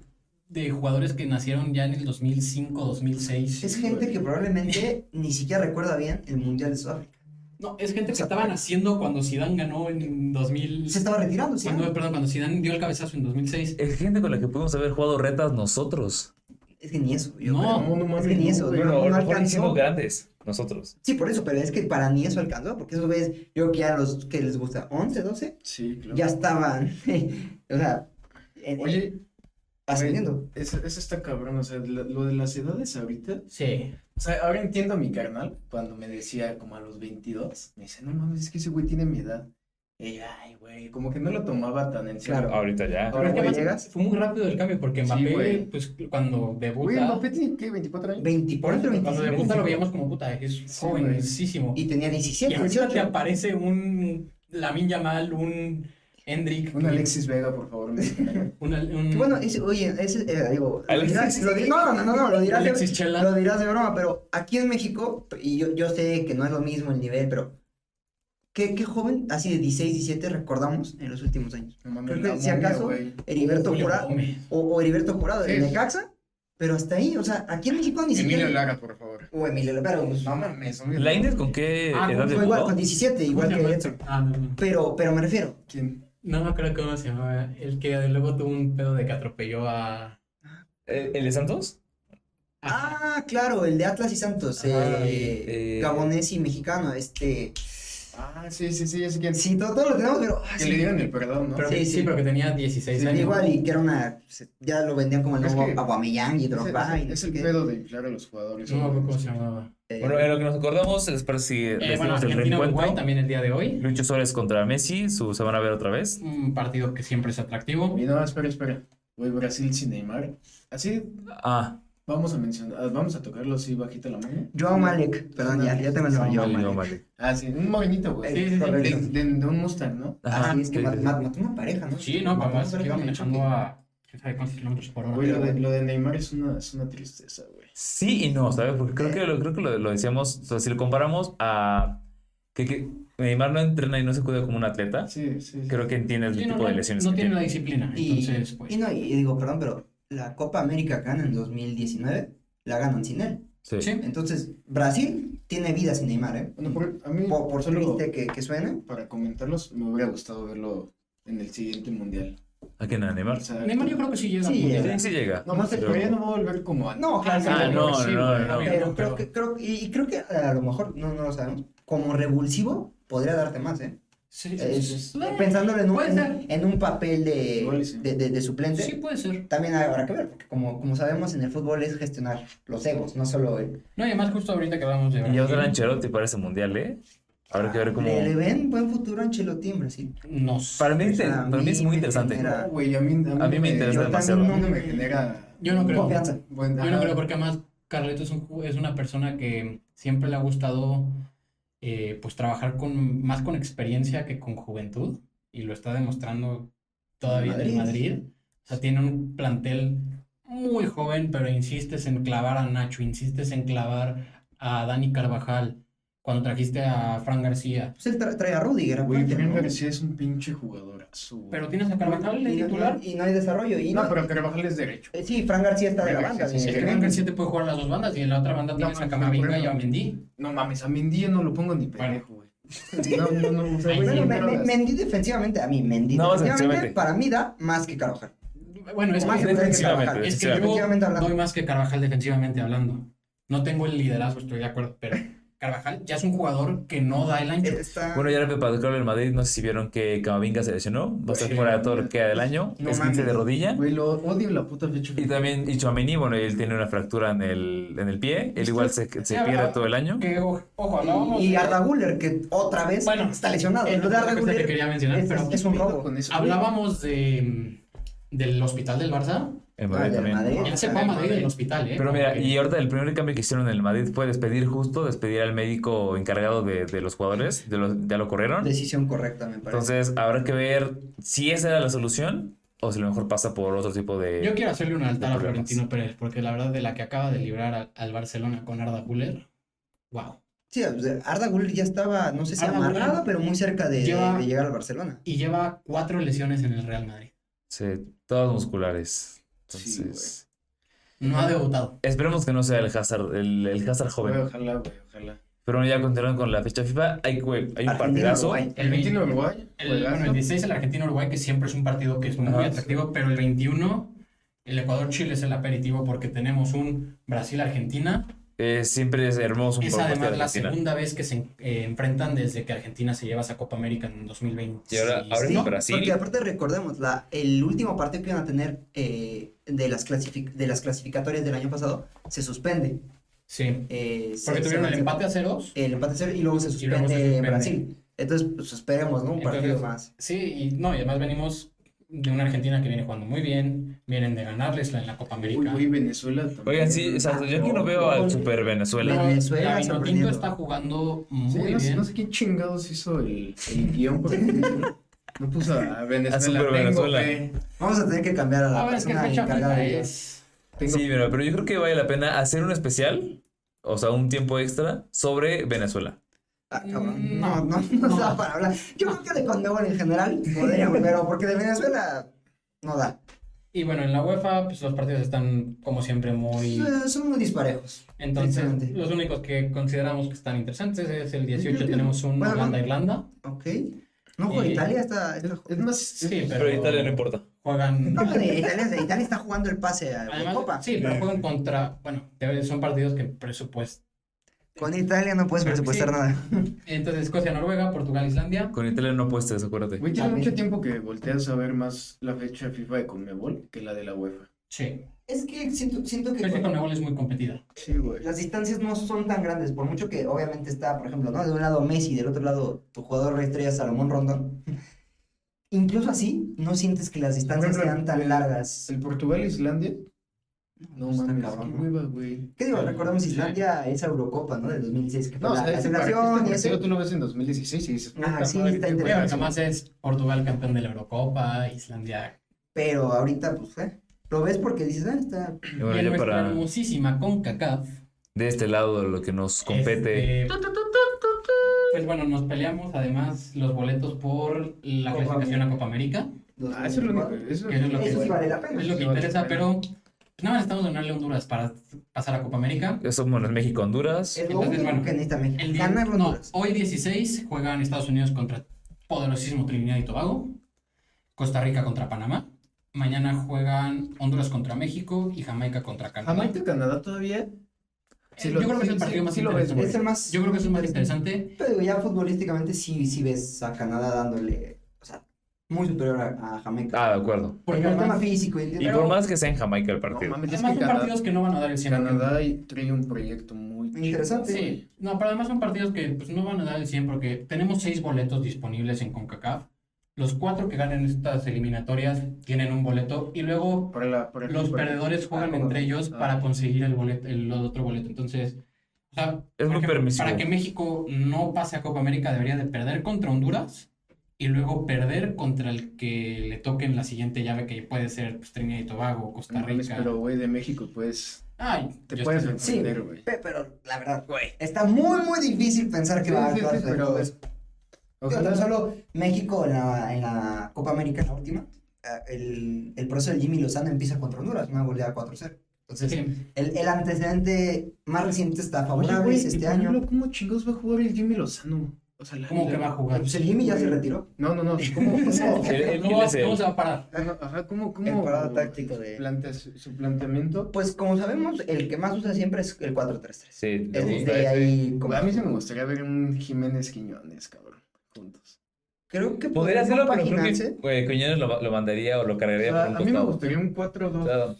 [SPEAKER 4] de jugadores que nacieron ya en el 2005, 2006.
[SPEAKER 5] Es gente que probablemente ni siquiera recuerda bien el Mundial de Sudáfrica.
[SPEAKER 4] No, es gente
[SPEAKER 5] O
[SPEAKER 4] que
[SPEAKER 5] sea,
[SPEAKER 4] estaban haciendo cuando Zidane ganó en 2000.
[SPEAKER 5] Se estaba retirando, ¿sí?
[SPEAKER 4] Cuando, perdón, cuando Zidane dio el cabezazo en 2006.
[SPEAKER 3] Es gente con la que pudimos haber jugado retas nosotros.
[SPEAKER 5] Es que ni eso. Yo
[SPEAKER 4] No,
[SPEAKER 5] creo.
[SPEAKER 6] No, no mames.
[SPEAKER 5] es que ni
[SPEAKER 6] no,
[SPEAKER 5] eso. no,
[SPEAKER 6] güey.
[SPEAKER 3] Bueno, a
[SPEAKER 5] no
[SPEAKER 3] lo mejor
[SPEAKER 5] alcanzó.
[SPEAKER 3] hicimos grandes, nosotros.
[SPEAKER 5] Sí, por eso, pero es que para ni eso alcanzó, porque esos ves, yo creo que ya los que les gusta 11, 12,
[SPEAKER 6] Sí, claro.
[SPEAKER 5] ya estaban, [LAUGHS] o sea, en-
[SPEAKER 6] Oye,
[SPEAKER 5] ascendiendo.
[SPEAKER 6] Eso, eso está cabrón, o sea, lo, lo de las edades ahorita.
[SPEAKER 4] Sí.
[SPEAKER 6] O sea, ahora entiendo a mi carnal cuando me decía como a los 22. Me dice, no mames, es que ese güey tiene mi edad. Y ay, güey, como que no lo tomaba tan en serio.
[SPEAKER 5] Claro.
[SPEAKER 3] Ahorita ya.
[SPEAKER 5] Ahora,
[SPEAKER 4] Pero es que
[SPEAKER 5] güey,
[SPEAKER 4] además
[SPEAKER 5] llegas.
[SPEAKER 4] fue muy rápido el cambio porque
[SPEAKER 6] Sí,
[SPEAKER 4] Mbappé,
[SPEAKER 6] güey.
[SPEAKER 4] pues cuando
[SPEAKER 6] Güey,
[SPEAKER 4] debuta,
[SPEAKER 6] Mbappé tiene, ¿qué? ¿24 años?
[SPEAKER 5] 24,
[SPEAKER 4] cuando
[SPEAKER 5] 25.
[SPEAKER 4] debuta lo veíamos como puta, es
[SPEAKER 6] güey.
[SPEAKER 4] jovencísimo.
[SPEAKER 5] Y tenía
[SPEAKER 4] Y
[SPEAKER 5] 17,
[SPEAKER 4] ahorita te
[SPEAKER 5] 18.
[SPEAKER 4] aparece un Lamin Yamal, un Hendrik,
[SPEAKER 6] Un Alexis Vega, por favor. mexicano.
[SPEAKER 4] un, un
[SPEAKER 5] Que Bueno, ese- oye, ese, eh, digo, lo
[SPEAKER 3] Alexis.
[SPEAKER 5] dirás, lo di- no, no, no, no, lo dirás, de-
[SPEAKER 4] Alexis Chela.
[SPEAKER 5] lo dirás de broma, pero aquí en México, y yo, yo sé que no es lo mismo el nivel, pero ¿qué, qué joven, así de 16, 17, recordamos en los últimos años? [LAUGHS]
[SPEAKER 6] No mames,
[SPEAKER 5] Creo que
[SPEAKER 6] la
[SPEAKER 5] si
[SPEAKER 6] momia,
[SPEAKER 5] acaso
[SPEAKER 6] güey.
[SPEAKER 5] Heriberto
[SPEAKER 4] Julio
[SPEAKER 5] Jurado
[SPEAKER 4] Gómez.
[SPEAKER 5] o, o Heriberto Jurado de
[SPEAKER 6] Sí.
[SPEAKER 5] Necaxa, pero hasta ahí, o sea, aquí en México ni
[SPEAKER 6] Emilio
[SPEAKER 5] siquiera.
[SPEAKER 6] Lara, por favor.
[SPEAKER 5] O Emilio Lara, pero pues,
[SPEAKER 6] No mames, hombre.
[SPEAKER 3] ¿La Indes con qué
[SPEAKER 4] Ah,
[SPEAKER 3] edad
[SPEAKER 4] con-
[SPEAKER 5] fue igual,
[SPEAKER 3] debutó?
[SPEAKER 5] con 17, igual que
[SPEAKER 4] ¿Cómo se
[SPEAKER 5] Edson.
[SPEAKER 4] llama? Ah, no, no.
[SPEAKER 5] Pero, pero me refiero,
[SPEAKER 6] ¿Quién?
[SPEAKER 4] No me acuerdo cómo se llamaba. El que luego tuvo un pedo de que atropelló a.
[SPEAKER 3] Eh, ¿El el de Santos?
[SPEAKER 4] a-
[SPEAKER 5] ah, claro, el de Atlas y Santos,
[SPEAKER 4] Ajá,
[SPEAKER 5] eh,
[SPEAKER 3] eh.
[SPEAKER 5] gabonés y mexicano, este,
[SPEAKER 6] Ah, sí, sí, sí, ya sé quién.
[SPEAKER 5] sí, todo, todo lo tenemos, pero... ay,
[SPEAKER 6] Que
[SPEAKER 5] Ah, sí.
[SPEAKER 6] le dieron el perdón, ¿no?
[SPEAKER 4] pero
[SPEAKER 5] sí,
[SPEAKER 4] que- sí,
[SPEAKER 5] sí.
[SPEAKER 4] pero que tenía 16
[SPEAKER 5] Sí,
[SPEAKER 4] años.
[SPEAKER 5] igual y que era una se- ya lo vendían como el
[SPEAKER 6] Es
[SPEAKER 5] nuevo
[SPEAKER 6] que-
[SPEAKER 5] Aguamillán y
[SPEAKER 6] Es el-
[SPEAKER 5] Drogba
[SPEAKER 6] es,
[SPEAKER 5] y no
[SPEAKER 6] es
[SPEAKER 5] sé
[SPEAKER 6] el
[SPEAKER 5] qué.
[SPEAKER 6] pedo de inflar a los jugadores.
[SPEAKER 4] No me acuerdo cómo se llamaba.
[SPEAKER 5] Eh,
[SPEAKER 3] Bueno, en lo que nos acordamos, les parece si
[SPEAKER 4] Eh,
[SPEAKER 3] decimos
[SPEAKER 4] bueno,
[SPEAKER 3] el
[SPEAKER 4] Argentina-Uruguay
[SPEAKER 3] reencuentro.
[SPEAKER 4] también el día de hoy.
[SPEAKER 3] Lucho Suárez contra Messi, su, se van a ver otra vez.
[SPEAKER 4] Un partido que siempre es atractivo.
[SPEAKER 6] Y no, espera, espera. Güey, Brasil sin Neymar. Así
[SPEAKER 3] Ah,
[SPEAKER 6] vamos a mencionar, vamos a tocarlo así bajita la mano.
[SPEAKER 5] Joao Malek, perdón, ya, ya te me lo
[SPEAKER 6] Joao
[SPEAKER 5] Joao
[SPEAKER 3] vale, no,
[SPEAKER 5] Malek.
[SPEAKER 3] vale.
[SPEAKER 6] Ah, sí, un morenito, güey.
[SPEAKER 4] Sí, sí, sí.
[SPEAKER 6] De,
[SPEAKER 5] Correcto.
[SPEAKER 6] de- de un Mustang, ¿no?
[SPEAKER 3] Ajá,
[SPEAKER 5] Así es que
[SPEAKER 3] sí,
[SPEAKER 5] mat-
[SPEAKER 3] sí, sí.
[SPEAKER 5] mat- mató una pareja, ¿no?
[SPEAKER 4] Sí, no,
[SPEAKER 5] Mató una
[SPEAKER 4] papás que
[SPEAKER 5] pareja
[SPEAKER 4] iban
[SPEAKER 5] en el
[SPEAKER 4] manejando
[SPEAKER 5] choque.
[SPEAKER 4] a. ¿Quién sabe cuántos kilómetros por hora?
[SPEAKER 6] Güey, lo
[SPEAKER 4] pero
[SPEAKER 6] de,
[SPEAKER 4] bueno.
[SPEAKER 6] lo de Neymar es una, es una tristeza, güey.
[SPEAKER 3] Sí y no, ¿sabes? Porque creo que lo, creo que lo, lo decíamos, o sea, si lo comparamos a que, que Neymar no entrena y no se cuida como un atleta,
[SPEAKER 6] Sí, sí. sí.
[SPEAKER 3] creo que entiendes
[SPEAKER 4] Sí,
[SPEAKER 3] el
[SPEAKER 4] no,
[SPEAKER 3] tipo de
[SPEAKER 4] no-
[SPEAKER 3] lesiones
[SPEAKER 4] no
[SPEAKER 3] que
[SPEAKER 4] tiene la
[SPEAKER 3] tiene.
[SPEAKER 4] disciplina.
[SPEAKER 5] Y,
[SPEAKER 4] Entonces, pues.
[SPEAKER 5] y no, y digo, perdón, pero la Copa América gana en 2019, la ganan sin él.
[SPEAKER 3] Sí.
[SPEAKER 4] Sí.
[SPEAKER 5] Entonces, Brasil tiene vida sin Neymar, ¿eh?
[SPEAKER 6] Bueno, por, a mí,
[SPEAKER 5] Por, por
[SPEAKER 6] solo
[SPEAKER 5] triste que, que suena.
[SPEAKER 6] para comentarlos, me hubiera gustado verlo en el siguiente mundial.
[SPEAKER 3] ¿A quién? ¿A Neymar?
[SPEAKER 6] O sea,
[SPEAKER 4] Neymar, yo creo que sí llega.
[SPEAKER 5] Sí,
[SPEAKER 4] al mundial.
[SPEAKER 5] llega.
[SPEAKER 3] Sí, sí llega.
[SPEAKER 6] No, más
[SPEAKER 3] Pero-
[SPEAKER 6] pero ya no va a volver como antes.
[SPEAKER 5] No, claro,
[SPEAKER 3] Ah,
[SPEAKER 5] no,
[SPEAKER 3] no,
[SPEAKER 4] sí,
[SPEAKER 3] no,
[SPEAKER 4] güey,
[SPEAKER 3] no.
[SPEAKER 4] obvio,
[SPEAKER 5] pero,
[SPEAKER 4] no,
[SPEAKER 5] creo
[SPEAKER 4] pero-
[SPEAKER 5] que creo y, y creo que a lo mejor no, no lo sabemos. Como revulsivo podría darte más, ¿eh?
[SPEAKER 4] Sí,
[SPEAKER 5] Es-
[SPEAKER 4] eh,
[SPEAKER 5] pensándolo en un,
[SPEAKER 4] puede
[SPEAKER 5] en-
[SPEAKER 4] ser.
[SPEAKER 5] en un papel
[SPEAKER 6] Igual y
[SPEAKER 5] de,
[SPEAKER 6] sí.
[SPEAKER 5] de, de- de suplente,
[SPEAKER 4] Sí, puede ser.
[SPEAKER 5] también habrá que ver, porque como, como sabemos en el fútbol es gestionar los egos, no solo el...
[SPEAKER 4] No, y además justo ahorita que hablamos de...
[SPEAKER 3] Y ya
[SPEAKER 4] Brasil,
[SPEAKER 3] Oscar Ancelotti para ese mundial, ¿eh? Habrá que ver cómo.
[SPEAKER 5] ¿Le, le ven buen futuro a Ancelotti en Brasil?
[SPEAKER 4] No sé.
[SPEAKER 3] Para mí,
[SPEAKER 5] O
[SPEAKER 3] te-
[SPEAKER 5] sea, a
[SPEAKER 3] para mí es
[SPEAKER 5] mí
[SPEAKER 3] muy
[SPEAKER 5] me
[SPEAKER 3] interesante.
[SPEAKER 5] genera-
[SPEAKER 6] No, güey, a mí,
[SPEAKER 3] A mí me interesa
[SPEAKER 6] yo
[SPEAKER 3] demasiado.
[SPEAKER 6] también No me genera.
[SPEAKER 4] Yo no creo.
[SPEAKER 5] Confianza.
[SPEAKER 6] Buen,
[SPEAKER 4] Yo
[SPEAKER 6] ajá.
[SPEAKER 4] no creo porque además Carleto es, un ju- es una persona que siempre le ha gustado eh, pues trabajar con más con experiencia que con juventud y lo está demostrando todavía en el
[SPEAKER 5] Madrid.
[SPEAKER 4] Madrid. O sea, tiene un plantel muy joven, pero insistes en clavar a Nacho, insistes en clavar a Dani Carvajal cuando trajiste a Fran García.
[SPEAKER 5] Pues él tra- trae a Rudiger,
[SPEAKER 6] Güey,
[SPEAKER 5] aparte,
[SPEAKER 6] Fran
[SPEAKER 5] ¿no?
[SPEAKER 6] García es un pinche jugadorazo. güey.
[SPEAKER 4] Pero tienes a Carvajal de
[SPEAKER 5] Y no-
[SPEAKER 4] titular.
[SPEAKER 5] Y no hay desarrollo. Y no,
[SPEAKER 6] No, pero Carvajal es derecho.
[SPEAKER 5] eh, Sí, Fran García está de eh, la
[SPEAKER 6] Fran
[SPEAKER 5] banda.
[SPEAKER 6] García, sí,
[SPEAKER 5] de-
[SPEAKER 6] sí,
[SPEAKER 4] Que Fran García te puede jugar las dos bandas y en la otra banda
[SPEAKER 6] No,
[SPEAKER 4] tienes
[SPEAKER 6] no,
[SPEAKER 4] a
[SPEAKER 6] no,
[SPEAKER 4] Camavinga
[SPEAKER 6] pero-
[SPEAKER 4] y a Mendy.
[SPEAKER 6] No mames, a Mendy yo no lo pongo ni pendejo, güey. [LAUGHS] No, no, no. o sea,
[SPEAKER 4] Ay,
[SPEAKER 6] güey,
[SPEAKER 5] Bueno, Me-
[SPEAKER 6] no
[SPEAKER 5] Me-
[SPEAKER 6] jodas.
[SPEAKER 5] Mendy defensivamente, a mí Mendy
[SPEAKER 3] No,
[SPEAKER 5] defensivamente
[SPEAKER 3] defensivamente.
[SPEAKER 5] para mí da más que Carvajal.
[SPEAKER 4] Bueno, es
[SPEAKER 5] Más
[SPEAKER 4] que
[SPEAKER 5] que Carvajal.
[SPEAKER 3] defensivamente,
[SPEAKER 4] Es que
[SPEAKER 3] Sí,
[SPEAKER 4] yo
[SPEAKER 5] defensivamente hablando.
[SPEAKER 4] doy más que Carvajal defensivamente hablando. No tengo el liderazgo, estoy de acuerdo, pero Carvajal ya es un jugador que no da el ancho.
[SPEAKER 5] Está-
[SPEAKER 3] Bueno, ya para tocar el Madrid, no sé si vieron que Camavinga se lesionó. Va a estar
[SPEAKER 6] Sí.
[SPEAKER 3] fuera todo lo que queda del año.
[SPEAKER 5] No
[SPEAKER 3] esguince de
[SPEAKER 5] mames.
[SPEAKER 3] rodilla.
[SPEAKER 6] Güey, lo odio la puta fecha.
[SPEAKER 3] Y también y Tchouaméni, bueno, él tiene una fractura en el, en el pie. Él igual se, se
[SPEAKER 4] Ya,
[SPEAKER 3] pierde
[SPEAKER 4] ah,
[SPEAKER 3] todo el año.
[SPEAKER 4] Que, o- ojo, hablábamos.
[SPEAKER 5] Y Arda Güler, que otra vez
[SPEAKER 4] Bueno,
[SPEAKER 5] está lesionado.
[SPEAKER 4] es
[SPEAKER 5] Lo de Arda
[SPEAKER 4] lo que te
[SPEAKER 5] Güler
[SPEAKER 4] quería mencionar,
[SPEAKER 5] es,
[SPEAKER 4] pero
[SPEAKER 5] es un robo.
[SPEAKER 6] con eso.
[SPEAKER 4] hablábamos de, del hospital del Barça.
[SPEAKER 3] En
[SPEAKER 5] Ah,
[SPEAKER 3] Madrid
[SPEAKER 5] de
[SPEAKER 3] también.
[SPEAKER 5] Madrid.
[SPEAKER 4] Él se
[SPEAKER 5] Ah,
[SPEAKER 4] fue a
[SPEAKER 6] del
[SPEAKER 4] Madrid
[SPEAKER 6] Madrid.
[SPEAKER 4] del hospital, ¿eh?
[SPEAKER 3] Pero mira,
[SPEAKER 4] Porque-
[SPEAKER 3] y ahorita el primer cambio que hicieron en el Madrid fue despedir justo, despedir al médico encargado de, de los jugadores, de los, ya lo corrieron.
[SPEAKER 5] Decisión correcta, me parece.
[SPEAKER 3] Entonces habrá que ver si esa era la solución o si a lo mejor pasa por otro tipo de...
[SPEAKER 4] Yo quiero hacerle un altar
[SPEAKER 3] de
[SPEAKER 4] a
[SPEAKER 3] problemas.
[SPEAKER 4] Florentino Pérez, porque la verdad de la que acaba de librar al, al Barcelona con Arda Güler, wow.
[SPEAKER 5] sí, o sea, Arda Güler ya estaba, no sé si
[SPEAKER 4] Arda
[SPEAKER 5] amarrado,
[SPEAKER 4] Güler
[SPEAKER 5] pero muy cerca de,
[SPEAKER 4] lleva-
[SPEAKER 5] de llegar al Barcelona.
[SPEAKER 4] Y lleva cuatro lesiones en el Real Madrid.
[SPEAKER 3] Sí, todos musculares.
[SPEAKER 6] Sí,
[SPEAKER 3] Entonces,
[SPEAKER 4] No ha debutado.
[SPEAKER 3] esperemos que no sea el Hazard, el, el Hazard
[SPEAKER 6] Güey,
[SPEAKER 3] joven.
[SPEAKER 6] ojalá, güey, ojalá.
[SPEAKER 3] Pero bueno, ya continuando con la fecha FIFA, hay, güey, hay un
[SPEAKER 5] Argentina,
[SPEAKER 3] partidazo.
[SPEAKER 5] Uruguay.
[SPEAKER 6] El 21 de Uruguay.
[SPEAKER 4] El,
[SPEAKER 6] juegazo.
[SPEAKER 4] bueno, el 16 el Argentina-Uruguay, que siempre es un partido que es muy
[SPEAKER 6] Ajá,
[SPEAKER 4] atractivo, pero el 21 el Ecuador-Chile es el aperitivo porque tenemos un Brasil-Argentina.
[SPEAKER 3] Eh, siempre es hermoso un
[SPEAKER 4] Es
[SPEAKER 3] poco este
[SPEAKER 4] además
[SPEAKER 3] de
[SPEAKER 4] la
[SPEAKER 3] Argentina.
[SPEAKER 4] segunda vez que se en- eh, enfrentan desde que Argentina se lleva esa Copa América en 2020.
[SPEAKER 3] Y ahora- ahora es
[SPEAKER 5] Sí,
[SPEAKER 3] en Brasil.
[SPEAKER 5] Porque aparte recordemos, la, el último partido que iban a tener eh, de, las clasific- de las clasificatorias del año pasado se suspende.
[SPEAKER 4] Sí,
[SPEAKER 5] Eh,
[SPEAKER 4] porque
[SPEAKER 5] se- se
[SPEAKER 4] tuvieron el
[SPEAKER 5] mantiene-
[SPEAKER 4] empate a ceros.
[SPEAKER 5] el empate a cero y luego se
[SPEAKER 4] Y luego
[SPEAKER 5] suspende
[SPEAKER 4] se
[SPEAKER 5] en
[SPEAKER 4] suspende.
[SPEAKER 5] Brasil. Entonces, pues esperemos, ¿no? Un
[SPEAKER 4] Entonces-
[SPEAKER 5] partido más.
[SPEAKER 4] Sí, y no, y además venimos de una Argentina que viene jugando muy bien, vienen de ganarles la- en la Copa
[SPEAKER 6] Uy,
[SPEAKER 4] América.
[SPEAKER 6] güey, Venezuela también. Ah,
[SPEAKER 3] Oigan, sí, exacto. Yo aquí no veo al Super Venezuela.
[SPEAKER 5] Venezuela
[SPEAKER 4] la Vinotinto
[SPEAKER 5] sorprendiendo.
[SPEAKER 4] está jugando muy
[SPEAKER 6] Sí, no, sé-
[SPEAKER 4] bien.
[SPEAKER 6] no sé quién chingados hizo el, el
[SPEAKER 5] [LAUGHS]
[SPEAKER 6] guión, porque no puso a Venezuela.
[SPEAKER 3] A Super
[SPEAKER 6] Tengo
[SPEAKER 3] Venezuela.
[SPEAKER 6] fe,
[SPEAKER 5] Vamos a tener que cambiar a la
[SPEAKER 4] A ver, es que
[SPEAKER 5] persona
[SPEAKER 4] fecha
[SPEAKER 5] encargada
[SPEAKER 4] FIFA
[SPEAKER 5] de
[SPEAKER 4] es...
[SPEAKER 6] tengo
[SPEAKER 3] Sí, mira, pero yo creo que vale la pena hacer un especial, o sea, un tiempo extra sobre Venezuela.
[SPEAKER 5] Ah, cabrón.
[SPEAKER 4] Mm,
[SPEAKER 5] No, no, no,
[SPEAKER 4] no.
[SPEAKER 5] da para hablar. Yo creo que de Conmebol en general [LAUGHS] podríamos, pero porque de Venezuela no da.
[SPEAKER 4] Y bueno, en la UEFA, pues los partidos están como siempre muy.
[SPEAKER 5] Eh, Son muy disparejos.
[SPEAKER 4] Entonces,
[SPEAKER 5] Excelente.
[SPEAKER 4] los únicos que consideramos que están interesantes es el 18, tenemos un
[SPEAKER 5] Bueno,
[SPEAKER 4] Holanda-Irlanda.
[SPEAKER 5] ¿Ok? ¿No juega
[SPEAKER 4] Y-
[SPEAKER 5] Italia? Está, está
[SPEAKER 6] fe. Es más,
[SPEAKER 4] Sí,
[SPEAKER 6] es-
[SPEAKER 4] pero.
[SPEAKER 3] Pero Italia no importa.
[SPEAKER 4] Juegan.
[SPEAKER 5] No, pero Italia, Italia está jugando el pase a la
[SPEAKER 4] Además,
[SPEAKER 5] Copa.
[SPEAKER 4] sí, pero juegan contra. Bueno, te- son partidos que presupuesto.
[SPEAKER 5] Con Italia no puedes
[SPEAKER 4] Pero
[SPEAKER 5] presupuestar
[SPEAKER 4] sí.
[SPEAKER 5] nada.
[SPEAKER 4] Entonces, Escocia-Noruega, Portugal-Islandia.
[SPEAKER 3] Con Italia no apuestas, acuérdate.
[SPEAKER 6] Güey, tiene
[SPEAKER 5] También.
[SPEAKER 6] mucho tiempo que volteas a ver más la fecha FIFA de Conmebol que la de la UEFA.
[SPEAKER 4] Sí.
[SPEAKER 5] Es que siento, siento que
[SPEAKER 4] Pero esta Conmebol es muy competida.
[SPEAKER 6] Sí, güey.
[SPEAKER 5] las distancias no son tan grandes, por mucho que obviamente está, por ejemplo, ¿no? De un lado Messi, del otro lado tu jugador estrella Salomón Rondón. [LAUGHS] Incluso así, no sientes que las distancias
[SPEAKER 6] ejemplo,
[SPEAKER 5] sean tan largas.
[SPEAKER 6] El Portugal-Islandia. No
[SPEAKER 5] está
[SPEAKER 6] mames,
[SPEAKER 5] cabrón,
[SPEAKER 6] qué
[SPEAKER 5] ¿no?
[SPEAKER 6] hueva, güey.
[SPEAKER 5] ¿Qué digo? Recordemos
[SPEAKER 4] Sí.
[SPEAKER 5] Islandia, esa Eurocopa, ¿no? Del 2016, que fue
[SPEAKER 6] No, o
[SPEAKER 5] la,
[SPEAKER 6] sea,
[SPEAKER 5] la
[SPEAKER 6] este
[SPEAKER 5] celebración
[SPEAKER 6] partido
[SPEAKER 5] y ese-
[SPEAKER 6] tú lo ves en 2016 y dices,
[SPEAKER 5] Ajá,
[SPEAKER 6] puta
[SPEAKER 5] sí,
[SPEAKER 6] madre,
[SPEAKER 5] está
[SPEAKER 6] qué
[SPEAKER 5] interesante.
[SPEAKER 6] hueva.
[SPEAKER 4] Bueno, además es Portugal campeón de la Eurocopa, Islandia.
[SPEAKER 5] Pero ahorita, pues, ¿eh? Lo ves porque dices, ah, está.
[SPEAKER 3] Y
[SPEAKER 4] Y
[SPEAKER 3] bueno,
[SPEAKER 4] en
[SPEAKER 3] ya
[SPEAKER 4] nuestra
[SPEAKER 3] para
[SPEAKER 4] hermosísima CONCACAF.
[SPEAKER 3] de este lado lo que nos compete.
[SPEAKER 4] Este, pues bueno, nos peleamos además los boletos por la
[SPEAKER 5] Copa
[SPEAKER 4] clasificación a Copa América,
[SPEAKER 6] Ah, eso es lo único. Eso,
[SPEAKER 4] que es lo que,
[SPEAKER 5] Eso sí vale la pena.
[SPEAKER 4] es lo que
[SPEAKER 6] Sí vale
[SPEAKER 4] interesa,
[SPEAKER 6] la pena.
[SPEAKER 4] pero pues nada más estamos ganarle a Honduras para pasar a Copa América.
[SPEAKER 3] Eso bueno, es México, Honduras.
[SPEAKER 5] Es lo
[SPEAKER 4] Entonces,
[SPEAKER 5] único
[SPEAKER 4] bueno,
[SPEAKER 5] que necesita México.
[SPEAKER 4] El día,
[SPEAKER 5] ganar los
[SPEAKER 4] no, hoy 16 juegan Estados Unidos contra poderosísimo Trinidad y Tobago, Costa Rica contra Panamá, mañana juegan Honduras contra México y Jamaica contra Canadá.
[SPEAKER 6] Jamaica, Canadá todavía. Sí
[SPEAKER 4] Eh,
[SPEAKER 6] lo-
[SPEAKER 4] yo creo que es el
[SPEAKER 6] sí,
[SPEAKER 4] partido
[SPEAKER 6] sí,
[SPEAKER 4] más
[SPEAKER 6] sí lo ves,
[SPEAKER 4] interesante.
[SPEAKER 5] Es el más.
[SPEAKER 4] Yo creo que es el más interesante.
[SPEAKER 5] Pero digo, ya futbolísticamente sí, sí ves a Canadá dándole. O sea, muy superior a, a Jamaica.
[SPEAKER 3] Ah, de acuerdo.
[SPEAKER 5] Por
[SPEAKER 4] Porque
[SPEAKER 5] el tema
[SPEAKER 4] además,
[SPEAKER 5] físico. el-
[SPEAKER 3] Y
[SPEAKER 5] pero-
[SPEAKER 3] por más que sea en Jamaica el partido.
[SPEAKER 6] No mames, es
[SPEAKER 4] además
[SPEAKER 6] que
[SPEAKER 4] son
[SPEAKER 6] Canadá,
[SPEAKER 4] partidos que no van a dar el 100%.
[SPEAKER 6] Canadá y trae un proyecto muy chido.
[SPEAKER 5] Interesante.
[SPEAKER 4] Sí, no, pero además son partidos que pues, no van a dar el 100 porque tenemos seis boletos disponibles en CONCACAF. Los cuatro que ganen estas eliminatorias tienen un boleto y luego
[SPEAKER 6] Por la- por el-
[SPEAKER 4] los
[SPEAKER 6] por el-
[SPEAKER 4] perdedores juegan
[SPEAKER 5] Ah, ¿cómo?
[SPEAKER 4] entre ellos
[SPEAKER 6] Ah.
[SPEAKER 4] para conseguir el boleto, el otro boleto. Entonces, o sea,
[SPEAKER 3] Es muy
[SPEAKER 4] por ejemplo,
[SPEAKER 3] permisivo.
[SPEAKER 4] para que México no pase a Copa América debería de perder contra Honduras y luego perder contra el que le toque en la siguiente llave que puede ser pues, Trinidad y Tobago,
[SPEAKER 6] No
[SPEAKER 4] Costa
[SPEAKER 6] mames,
[SPEAKER 4] Rica.
[SPEAKER 6] Pero, güey, de México, pues.
[SPEAKER 4] Ay,
[SPEAKER 6] Te
[SPEAKER 4] yo
[SPEAKER 6] puedes
[SPEAKER 4] estoy-
[SPEAKER 5] Sí,
[SPEAKER 6] sorprender, güey.
[SPEAKER 5] pe- pero la verdad, está muy, muy difícil pensar que
[SPEAKER 6] Sí,
[SPEAKER 5] va a
[SPEAKER 6] sí,
[SPEAKER 5] actuar.
[SPEAKER 6] sí,
[SPEAKER 5] Suecia,
[SPEAKER 6] pero-
[SPEAKER 5] pues. Digo,
[SPEAKER 6] Ojalá.
[SPEAKER 5] tan solo México en la, en la Copa América, en la última, eh, el, el proceso de Jimmy Lozano empieza contra Honduras, una goleada 4-0. Entonces,
[SPEAKER 4] Sí.
[SPEAKER 5] el, el antecedente más reciente está
[SPEAKER 6] Oye,
[SPEAKER 5] favorable
[SPEAKER 6] güey,
[SPEAKER 5] es
[SPEAKER 6] y
[SPEAKER 5] este
[SPEAKER 6] por
[SPEAKER 5] año.
[SPEAKER 6] ejemplo, ¿Cómo chingos va a jugar el Jimmy Lozano? O sea, la-
[SPEAKER 4] ¿Cómo que va a jugar?
[SPEAKER 5] Pues el Jimmy ya se
[SPEAKER 6] [LAUGHS]
[SPEAKER 5] retiró. Pues,
[SPEAKER 4] [LAUGHS]
[SPEAKER 6] No, no, no.
[SPEAKER 5] [LAUGHS]
[SPEAKER 6] ¿Cómo, cómo,
[SPEAKER 3] Él- él-
[SPEAKER 4] ¿Cómo,
[SPEAKER 3] él es
[SPEAKER 4] cómo
[SPEAKER 3] el-
[SPEAKER 4] se va a parar?
[SPEAKER 6] ajá, ajá, ¿cómo, cómo
[SPEAKER 5] El parado táctico de...
[SPEAKER 6] plantea su, su planteamiento?
[SPEAKER 5] Pues como sabemos, el que más usa siempre es el 4-3-3.
[SPEAKER 3] Sí,
[SPEAKER 5] Es
[SPEAKER 3] le gusta.
[SPEAKER 5] de ahí como...
[SPEAKER 6] A mí se me gustaría ver un Jiménez Quiñones, cabrón, juntos.
[SPEAKER 5] Creo que
[SPEAKER 3] Podría hacerlo,
[SPEAKER 5] podrían
[SPEAKER 3] pero creo que
[SPEAKER 5] compaginarse.
[SPEAKER 3] güey, Quiñones lo, lo mandaría o lo
[SPEAKER 6] O
[SPEAKER 3] cargaría
[SPEAKER 6] sea,
[SPEAKER 3] por un
[SPEAKER 6] Ah, a mí me
[SPEAKER 3] costado.
[SPEAKER 6] gustaría un 4-2.
[SPEAKER 3] O sea,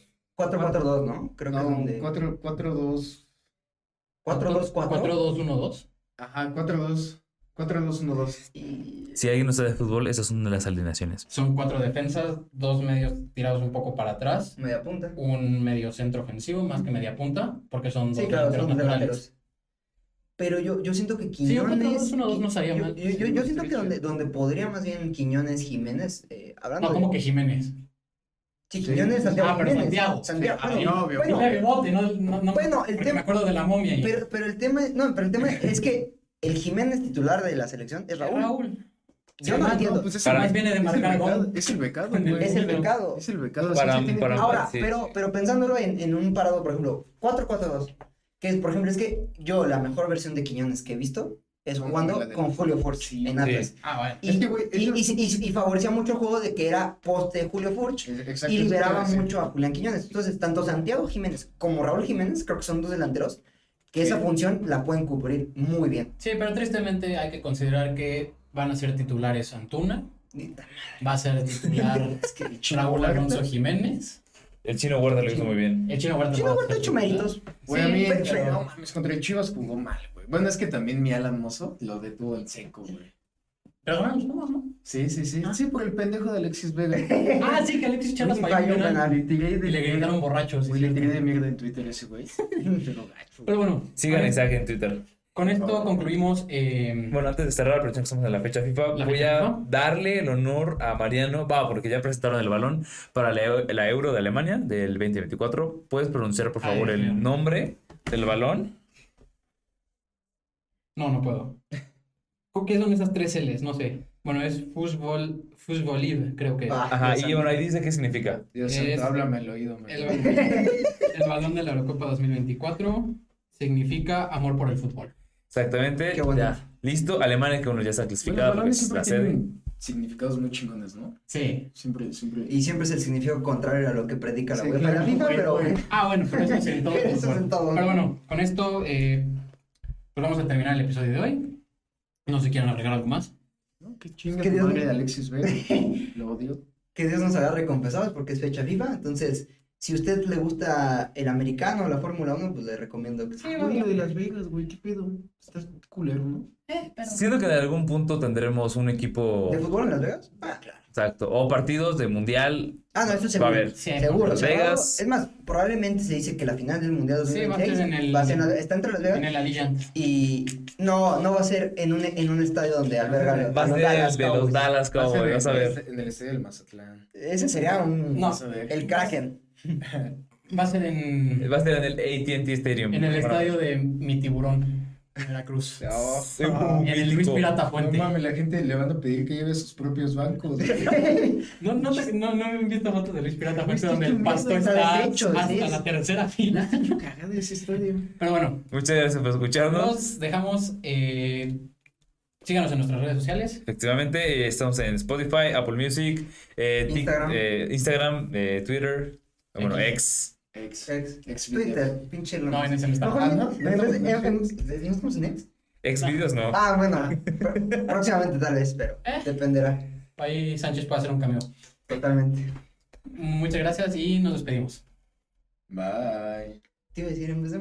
[SPEAKER 5] 4-4-2, ¿no? Creo que es
[SPEAKER 6] No,
[SPEAKER 5] donde...
[SPEAKER 6] 4 4-2.
[SPEAKER 5] 4-2-4.
[SPEAKER 4] 4-2-1-2.
[SPEAKER 6] Ajá, 4-2. 4-2-1-2.
[SPEAKER 5] Y...
[SPEAKER 3] si alguien no sabe de fútbol, esas son de las alineaciones.
[SPEAKER 4] Son cuatro defensas, dos medios tirados un poco para atrás,
[SPEAKER 5] Media punta.
[SPEAKER 4] un medio centro ofensivo, más que media punta, porque son dos
[SPEAKER 5] Sí, claro,
[SPEAKER 4] delanteros
[SPEAKER 5] son
[SPEAKER 4] naturales.
[SPEAKER 5] delanteros. Pero yo, yo siento que
[SPEAKER 4] Sí, yo creo que
[SPEAKER 5] Quiñones...
[SPEAKER 4] dos, uno, dos no estaría
[SPEAKER 5] yo,
[SPEAKER 4] mal.
[SPEAKER 5] yo- yo- yo siento que donde, donde podría más bien Quiñones, Jiménez, eh, hablando
[SPEAKER 4] No,
[SPEAKER 5] de...
[SPEAKER 4] como Ah, que Jiménez.
[SPEAKER 5] Sí, Quiñones,
[SPEAKER 6] Sí.
[SPEAKER 5] Santiago
[SPEAKER 4] Ah, pero
[SPEAKER 5] Jiménez.
[SPEAKER 4] Santiago.
[SPEAKER 5] Santiago,
[SPEAKER 4] Sí, ah,
[SPEAKER 5] bueno,
[SPEAKER 6] sí, obvio.
[SPEAKER 5] bueno,
[SPEAKER 4] Era bigote, no, no, no-
[SPEAKER 5] Bueno, el
[SPEAKER 4] porque
[SPEAKER 5] tema-
[SPEAKER 4] me acuerdo de la momia y
[SPEAKER 5] pero, pero el tema, es- no, pero el tema es que el Jiménez titular de la selección es Raúl.
[SPEAKER 4] Raúl.
[SPEAKER 5] Yo no
[SPEAKER 4] Además,
[SPEAKER 5] entiendo.
[SPEAKER 6] pues es
[SPEAKER 3] Para-
[SPEAKER 6] el-
[SPEAKER 4] viene de
[SPEAKER 6] es el
[SPEAKER 4] marcar
[SPEAKER 6] becado-
[SPEAKER 4] gol.
[SPEAKER 6] Es el becado, güey.
[SPEAKER 5] Es el becado.
[SPEAKER 6] Es el becado.
[SPEAKER 3] Para-
[SPEAKER 6] sí, sí tiene-
[SPEAKER 3] para-
[SPEAKER 5] Ahora,
[SPEAKER 3] Sí.
[SPEAKER 5] pero, pero pensándolo en, en un parado, por ejemplo, 4-4-2, que es, por ejemplo, es que yo la mejor versión de Quiñones que he visto es jugando
[SPEAKER 6] La de-
[SPEAKER 5] con Julio Furch
[SPEAKER 6] Sí.
[SPEAKER 5] en Atlas.
[SPEAKER 4] Ah, bueno.
[SPEAKER 5] Y,
[SPEAKER 6] Es que, güey,
[SPEAKER 5] y-
[SPEAKER 6] eso-
[SPEAKER 5] y- y- y favorecía mucho el juego de que era poste de Julio Furch
[SPEAKER 6] Exacto,
[SPEAKER 5] y
[SPEAKER 6] eso te iba a
[SPEAKER 5] liberaba
[SPEAKER 6] decir.
[SPEAKER 5] mucho a Julián Quiñones. Entonces, tanto Santiago Jiménez como Raúl Jiménez, creo que son dos delanteros, que esa
[SPEAKER 6] Sí.
[SPEAKER 5] función la pueden cubrir muy bien.
[SPEAKER 4] Sí, pero tristemente hay que considerar que van a ser titulares Antuna, va a ser
[SPEAKER 5] [LAUGHS]
[SPEAKER 4] titular
[SPEAKER 6] Es que el chino
[SPEAKER 4] Raúl
[SPEAKER 6] Huerta-
[SPEAKER 4] Alonso Jiménez,
[SPEAKER 3] El chino guarda lo hizo muy bien.
[SPEAKER 4] el Chino Huerta.
[SPEAKER 5] Chino
[SPEAKER 4] va a
[SPEAKER 5] Huerta ha
[SPEAKER 4] ser
[SPEAKER 5] hecho
[SPEAKER 4] titular.
[SPEAKER 5] méritos.
[SPEAKER 6] Güey, a mí,
[SPEAKER 5] pero-
[SPEAKER 6] pero no mames, contra el Chivas jugó mal, güey. Bueno, es que también mi Alan Mozo lo detuvo en seco, güey.
[SPEAKER 4] Pero ganamos, ¿no? ¿no?
[SPEAKER 6] Sí, sí, sí.
[SPEAKER 4] Ah.
[SPEAKER 6] Sí, por el pendejo de Alexis Vega.
[SPEAKER 4] Ah, sí, que Alexis Chalas
[SPEAKER 5] Falló
[SPEAKER 4] falló
[SPEAKER 5] un
[SPEAKER 4] un penal.
[SPEAKER 5] penal.
[SPEAKER 6] Le tiré de-
[SPEAKER 4] Y le gritaron borrachos.
[SPEAKER 6] Güey, le tiré de mierda en Twitter ese güey. Pero gacho.
[SPEAKER 4] Pero bueno,
[SPEAKER 3] Sigan
[SPEAKER 4] a ver,
[SPEAKER 3] esa en Twitter.
[SPEAKER 4] Con esto concluimos. eh,
[SPEAKER 3] Bueno, antes de cerrar, aprovechando que estamos en la fecha FIFA,
[SPEAKER 4] La
[SPEAKER 3] voy
[SPEAKER 4] fecha
[SPEAKER 3] a
[SPEAKER 4] FIFA.
[SPEAKER 3] darle el honor a Mariano. Va, porque ya presentaron el balón para la, eu- la Euro de Alemania del 2024. ¿Puedes pronunciar, por
[SPEAKER 4] Ay,
[SPEAKER 3] favor,
[SPEAKER 4] Dios
[SPEAKER 3] el
[SPEAKER 4] mío.
[SPEAKER 3] nombre del balón?
[SPEAKER 4] No, no puedo. ¿Con ¿Qué son esas tres L's? No sé. Bueno, es fútbol, fútbol libre, creo que. es.
[SPEAKER 5] Ah,
[SPEAKER 3] Ajá,
[SPEAKER 5] Dios
[SPEAKER 3] y bueno, ahí dice qué significa.
[SPEAKER 6] Dios
[SPEAKER 4] Es-
[SPEAKER 6] santo, háblame al oído, güey.
[SPEAKER 4] El, el balón de la Eurocopa 2024 significa amor por el fútbol.
[SPEAKER 3] Exactamente.
[SPEAKER 5] Qué bueno.
[SPEAKER 3] Ya. Listo. Alemania, que bueno, ya está
[SPEAKER 6] Bueno, los
[SPEAKER 3] clasificada porque
[SPEAKER 6] balones
[SPEAKER 3] es
[SPEAKER 6] siempre
[SPEAKER 3] la sede.
[SPEAKER 6] tienen significados muy chingones, ¿no?
[SPEAKER 4] Sí.
[SPEAKER 6] Siempre, siempre.
[SPEAKER 5] Y siempre es el significado contrario a lo que predica la
[SPEAKER 6] Sí,
[SPEAKER 5] UEFA y la
[SPEAKER 6] claro,
[SPEAKER 5] FIFA,
[SPEAKER 6] güey,
[SPEAKER 5] pero
[SPEAKER 6] güey.
[SPEAKER 4] Ah, bueno, pero eso es en todo.
[SPEAKER 5] [LAUGHS] Eso es en
[SPEAKER 4] fútbol.
[SPEAKER 5] todo.
[SPEAKER 4] Pero bueno, con esto eh, pues vamos a terminar el episodio de hoy. No sé si quieren agregar algo más.
[SPEAKER 6] No, qué chinga
[SPEAKER 5] Que
[SPEAKER 6] tu
[SPEAKER 5] Dios
[SPEAKER 6] madre
[SPEAKER 5] me-
[SPEAKER 6] de Alexis [LAUGHS] Vega. Lo odio.
[SPEAKER 5] que Dios nos haga recompensados porque es fecha viva. Entonces, si a usted le gusta el americano o la Fórmula 1, pues le recomiendo que se
[SPEAKER 6] Güey, lo de Las Vegas, güey, qué pedo. Estás culero, ¿no?
[SPEAKER 3] Siento que en algún punto tendremos un equipo
[SPEAKER 5] ¿De fútbol en Las Vegas? Ah, claro.
[SPEAKER 3] exacto o partidos de mundial.
[SPEAKER 5] Ah, no, eso es
[SPEAKER 3] Va a
[SPEAKER 5] seguro.
[SPEAKER 3] haber.
[SPEAKER 4] Sí,
[SPEAKER 5] seguro.
[SPEAKER 3] Las
[SPEAKER 5] seguro.
[SPEAKER 3] Vegas.
[SPEAKER 5] Es más, probablemente se dice que la final del Mundial
[SPEAKER 4] Sí, va a ser
[SPEAKER 5] 2026
[SPEAKER 4] en el-
[SPEAKER 5] va a ser en- está entre Las Vegas
[SPEAKER 4] En el Allegiant.
[SPEAKER 5] y no, no va a ser en un, en un estadio donde alberga los-
[SPEAKER 3] Va a
[SPEAKER 5] los
[SPEAKER 3] ser
[SPEAKER 5] Dallas
[SPEAKER 3] de los
[SPEAKER 5] Cowboys.
[SPEAKER 3] Dallas
[SPEAKER 6] Va ser
[SPEAKER 3] Cowboys. Vas a
[SPEAKER 6] en el
[SPEAKER 3] ver.
[SPEAKER 6] este- En el estadio del Mazatlán.
[SPEAKER 5] Ese sería un...
[SPEAKER 4] No.
[SPEAKER 6] Vas a ver.
[SPEAKER 5] El Kraken.
[SPEAKER 4] Va a ser en,
[SPEAKER 3] Va a ser en el ATT Stadium.
[SPEAKER 4] en el
[SPEAKER 3] Bueno,
[SPEAKER 4] estadio de Mi Tiburón, en
[SPEAKER 6] [LAUGHS]
[SPEAKER 4] Veracruz.
[SPEAKER 6] Oh,
[SPEAKER 3] es un
[SPEAKER 4] Ah, En el Luis
[SPEAKER 3] público.
[SPEAKER 4] Pirata
[SPEAKER 6] no
[SPEAKER 4] Fuente.
[SPEAKER 6] mames, la gente le van a pedir que lleve sus propios bancos. güey. [LAUGHS]
[SPEAKER 4] No, no, te- no, no me he visto fotos de Luis Pirata Fuente
[SPEAKER 6] Viste
[SPEAKER 4] donde
[SPEAKER 6] que
[SPEAKER 4] el pasto
[SPEAKER 5] mierda
[SPEAKER 4] está
[SPEAKER 5] está deshecho,
[SPEAKER 4] hasta
[SPEAKER 5] ¿sí?
[SPEAKER 4] la tercera fila.
[SPEAKER 6] Yo cagada ese estadio.
[SPEAKER 4] Pero bueno,
[SPEAKER 3] Muchas gracias por escucharnos.
[SPEAKER 4] nos dejamos. eh, síganos en nuestras redes sociales.
[SPEAKER 3] Efectivamente, eh, estamos en Spotify, Apple Music, eh, Tik-
[SPEAKER 5] Instagram.
[SPEAKER 3] eh, Instagram, eh, Twitter, bueno, X,
[SPEAKER 6] Ex.
[SPEAKER 5] Ex.
[SPEAKER 6] Ex
[SPEAKER 5] Twitter, pinche
[SPEAKER 4] No, en
[SPEAKER 5] Elon Musk.
[SPEAKER 4] ese me está
[SPEAKER 5] Mejor
[SPEAKER 6] Ah,
[SPEAKER 5] en-
[SPEAKER 6] ¿no?
[SPEAKER 5] en vez de- en- en- ¿no estamos en Ex?
[SPEAKER 3] Exvideos no.
[SPEAKER 5] Ah, bueno, pr- próximamente tal vez, pero
[SPEAKER 4] Eh.
[SPEAKER 5] dependerá
[SPEAKER 4] Ahí Sánchez puede hacer un cameo.
[SPEAKER 5] totalmente.
[SPEAKER 4] Muchas gracias y nos despedimos.
[SPEAKER 6] Bye.
[SPEAKER 5] Te iba a decir, en vez de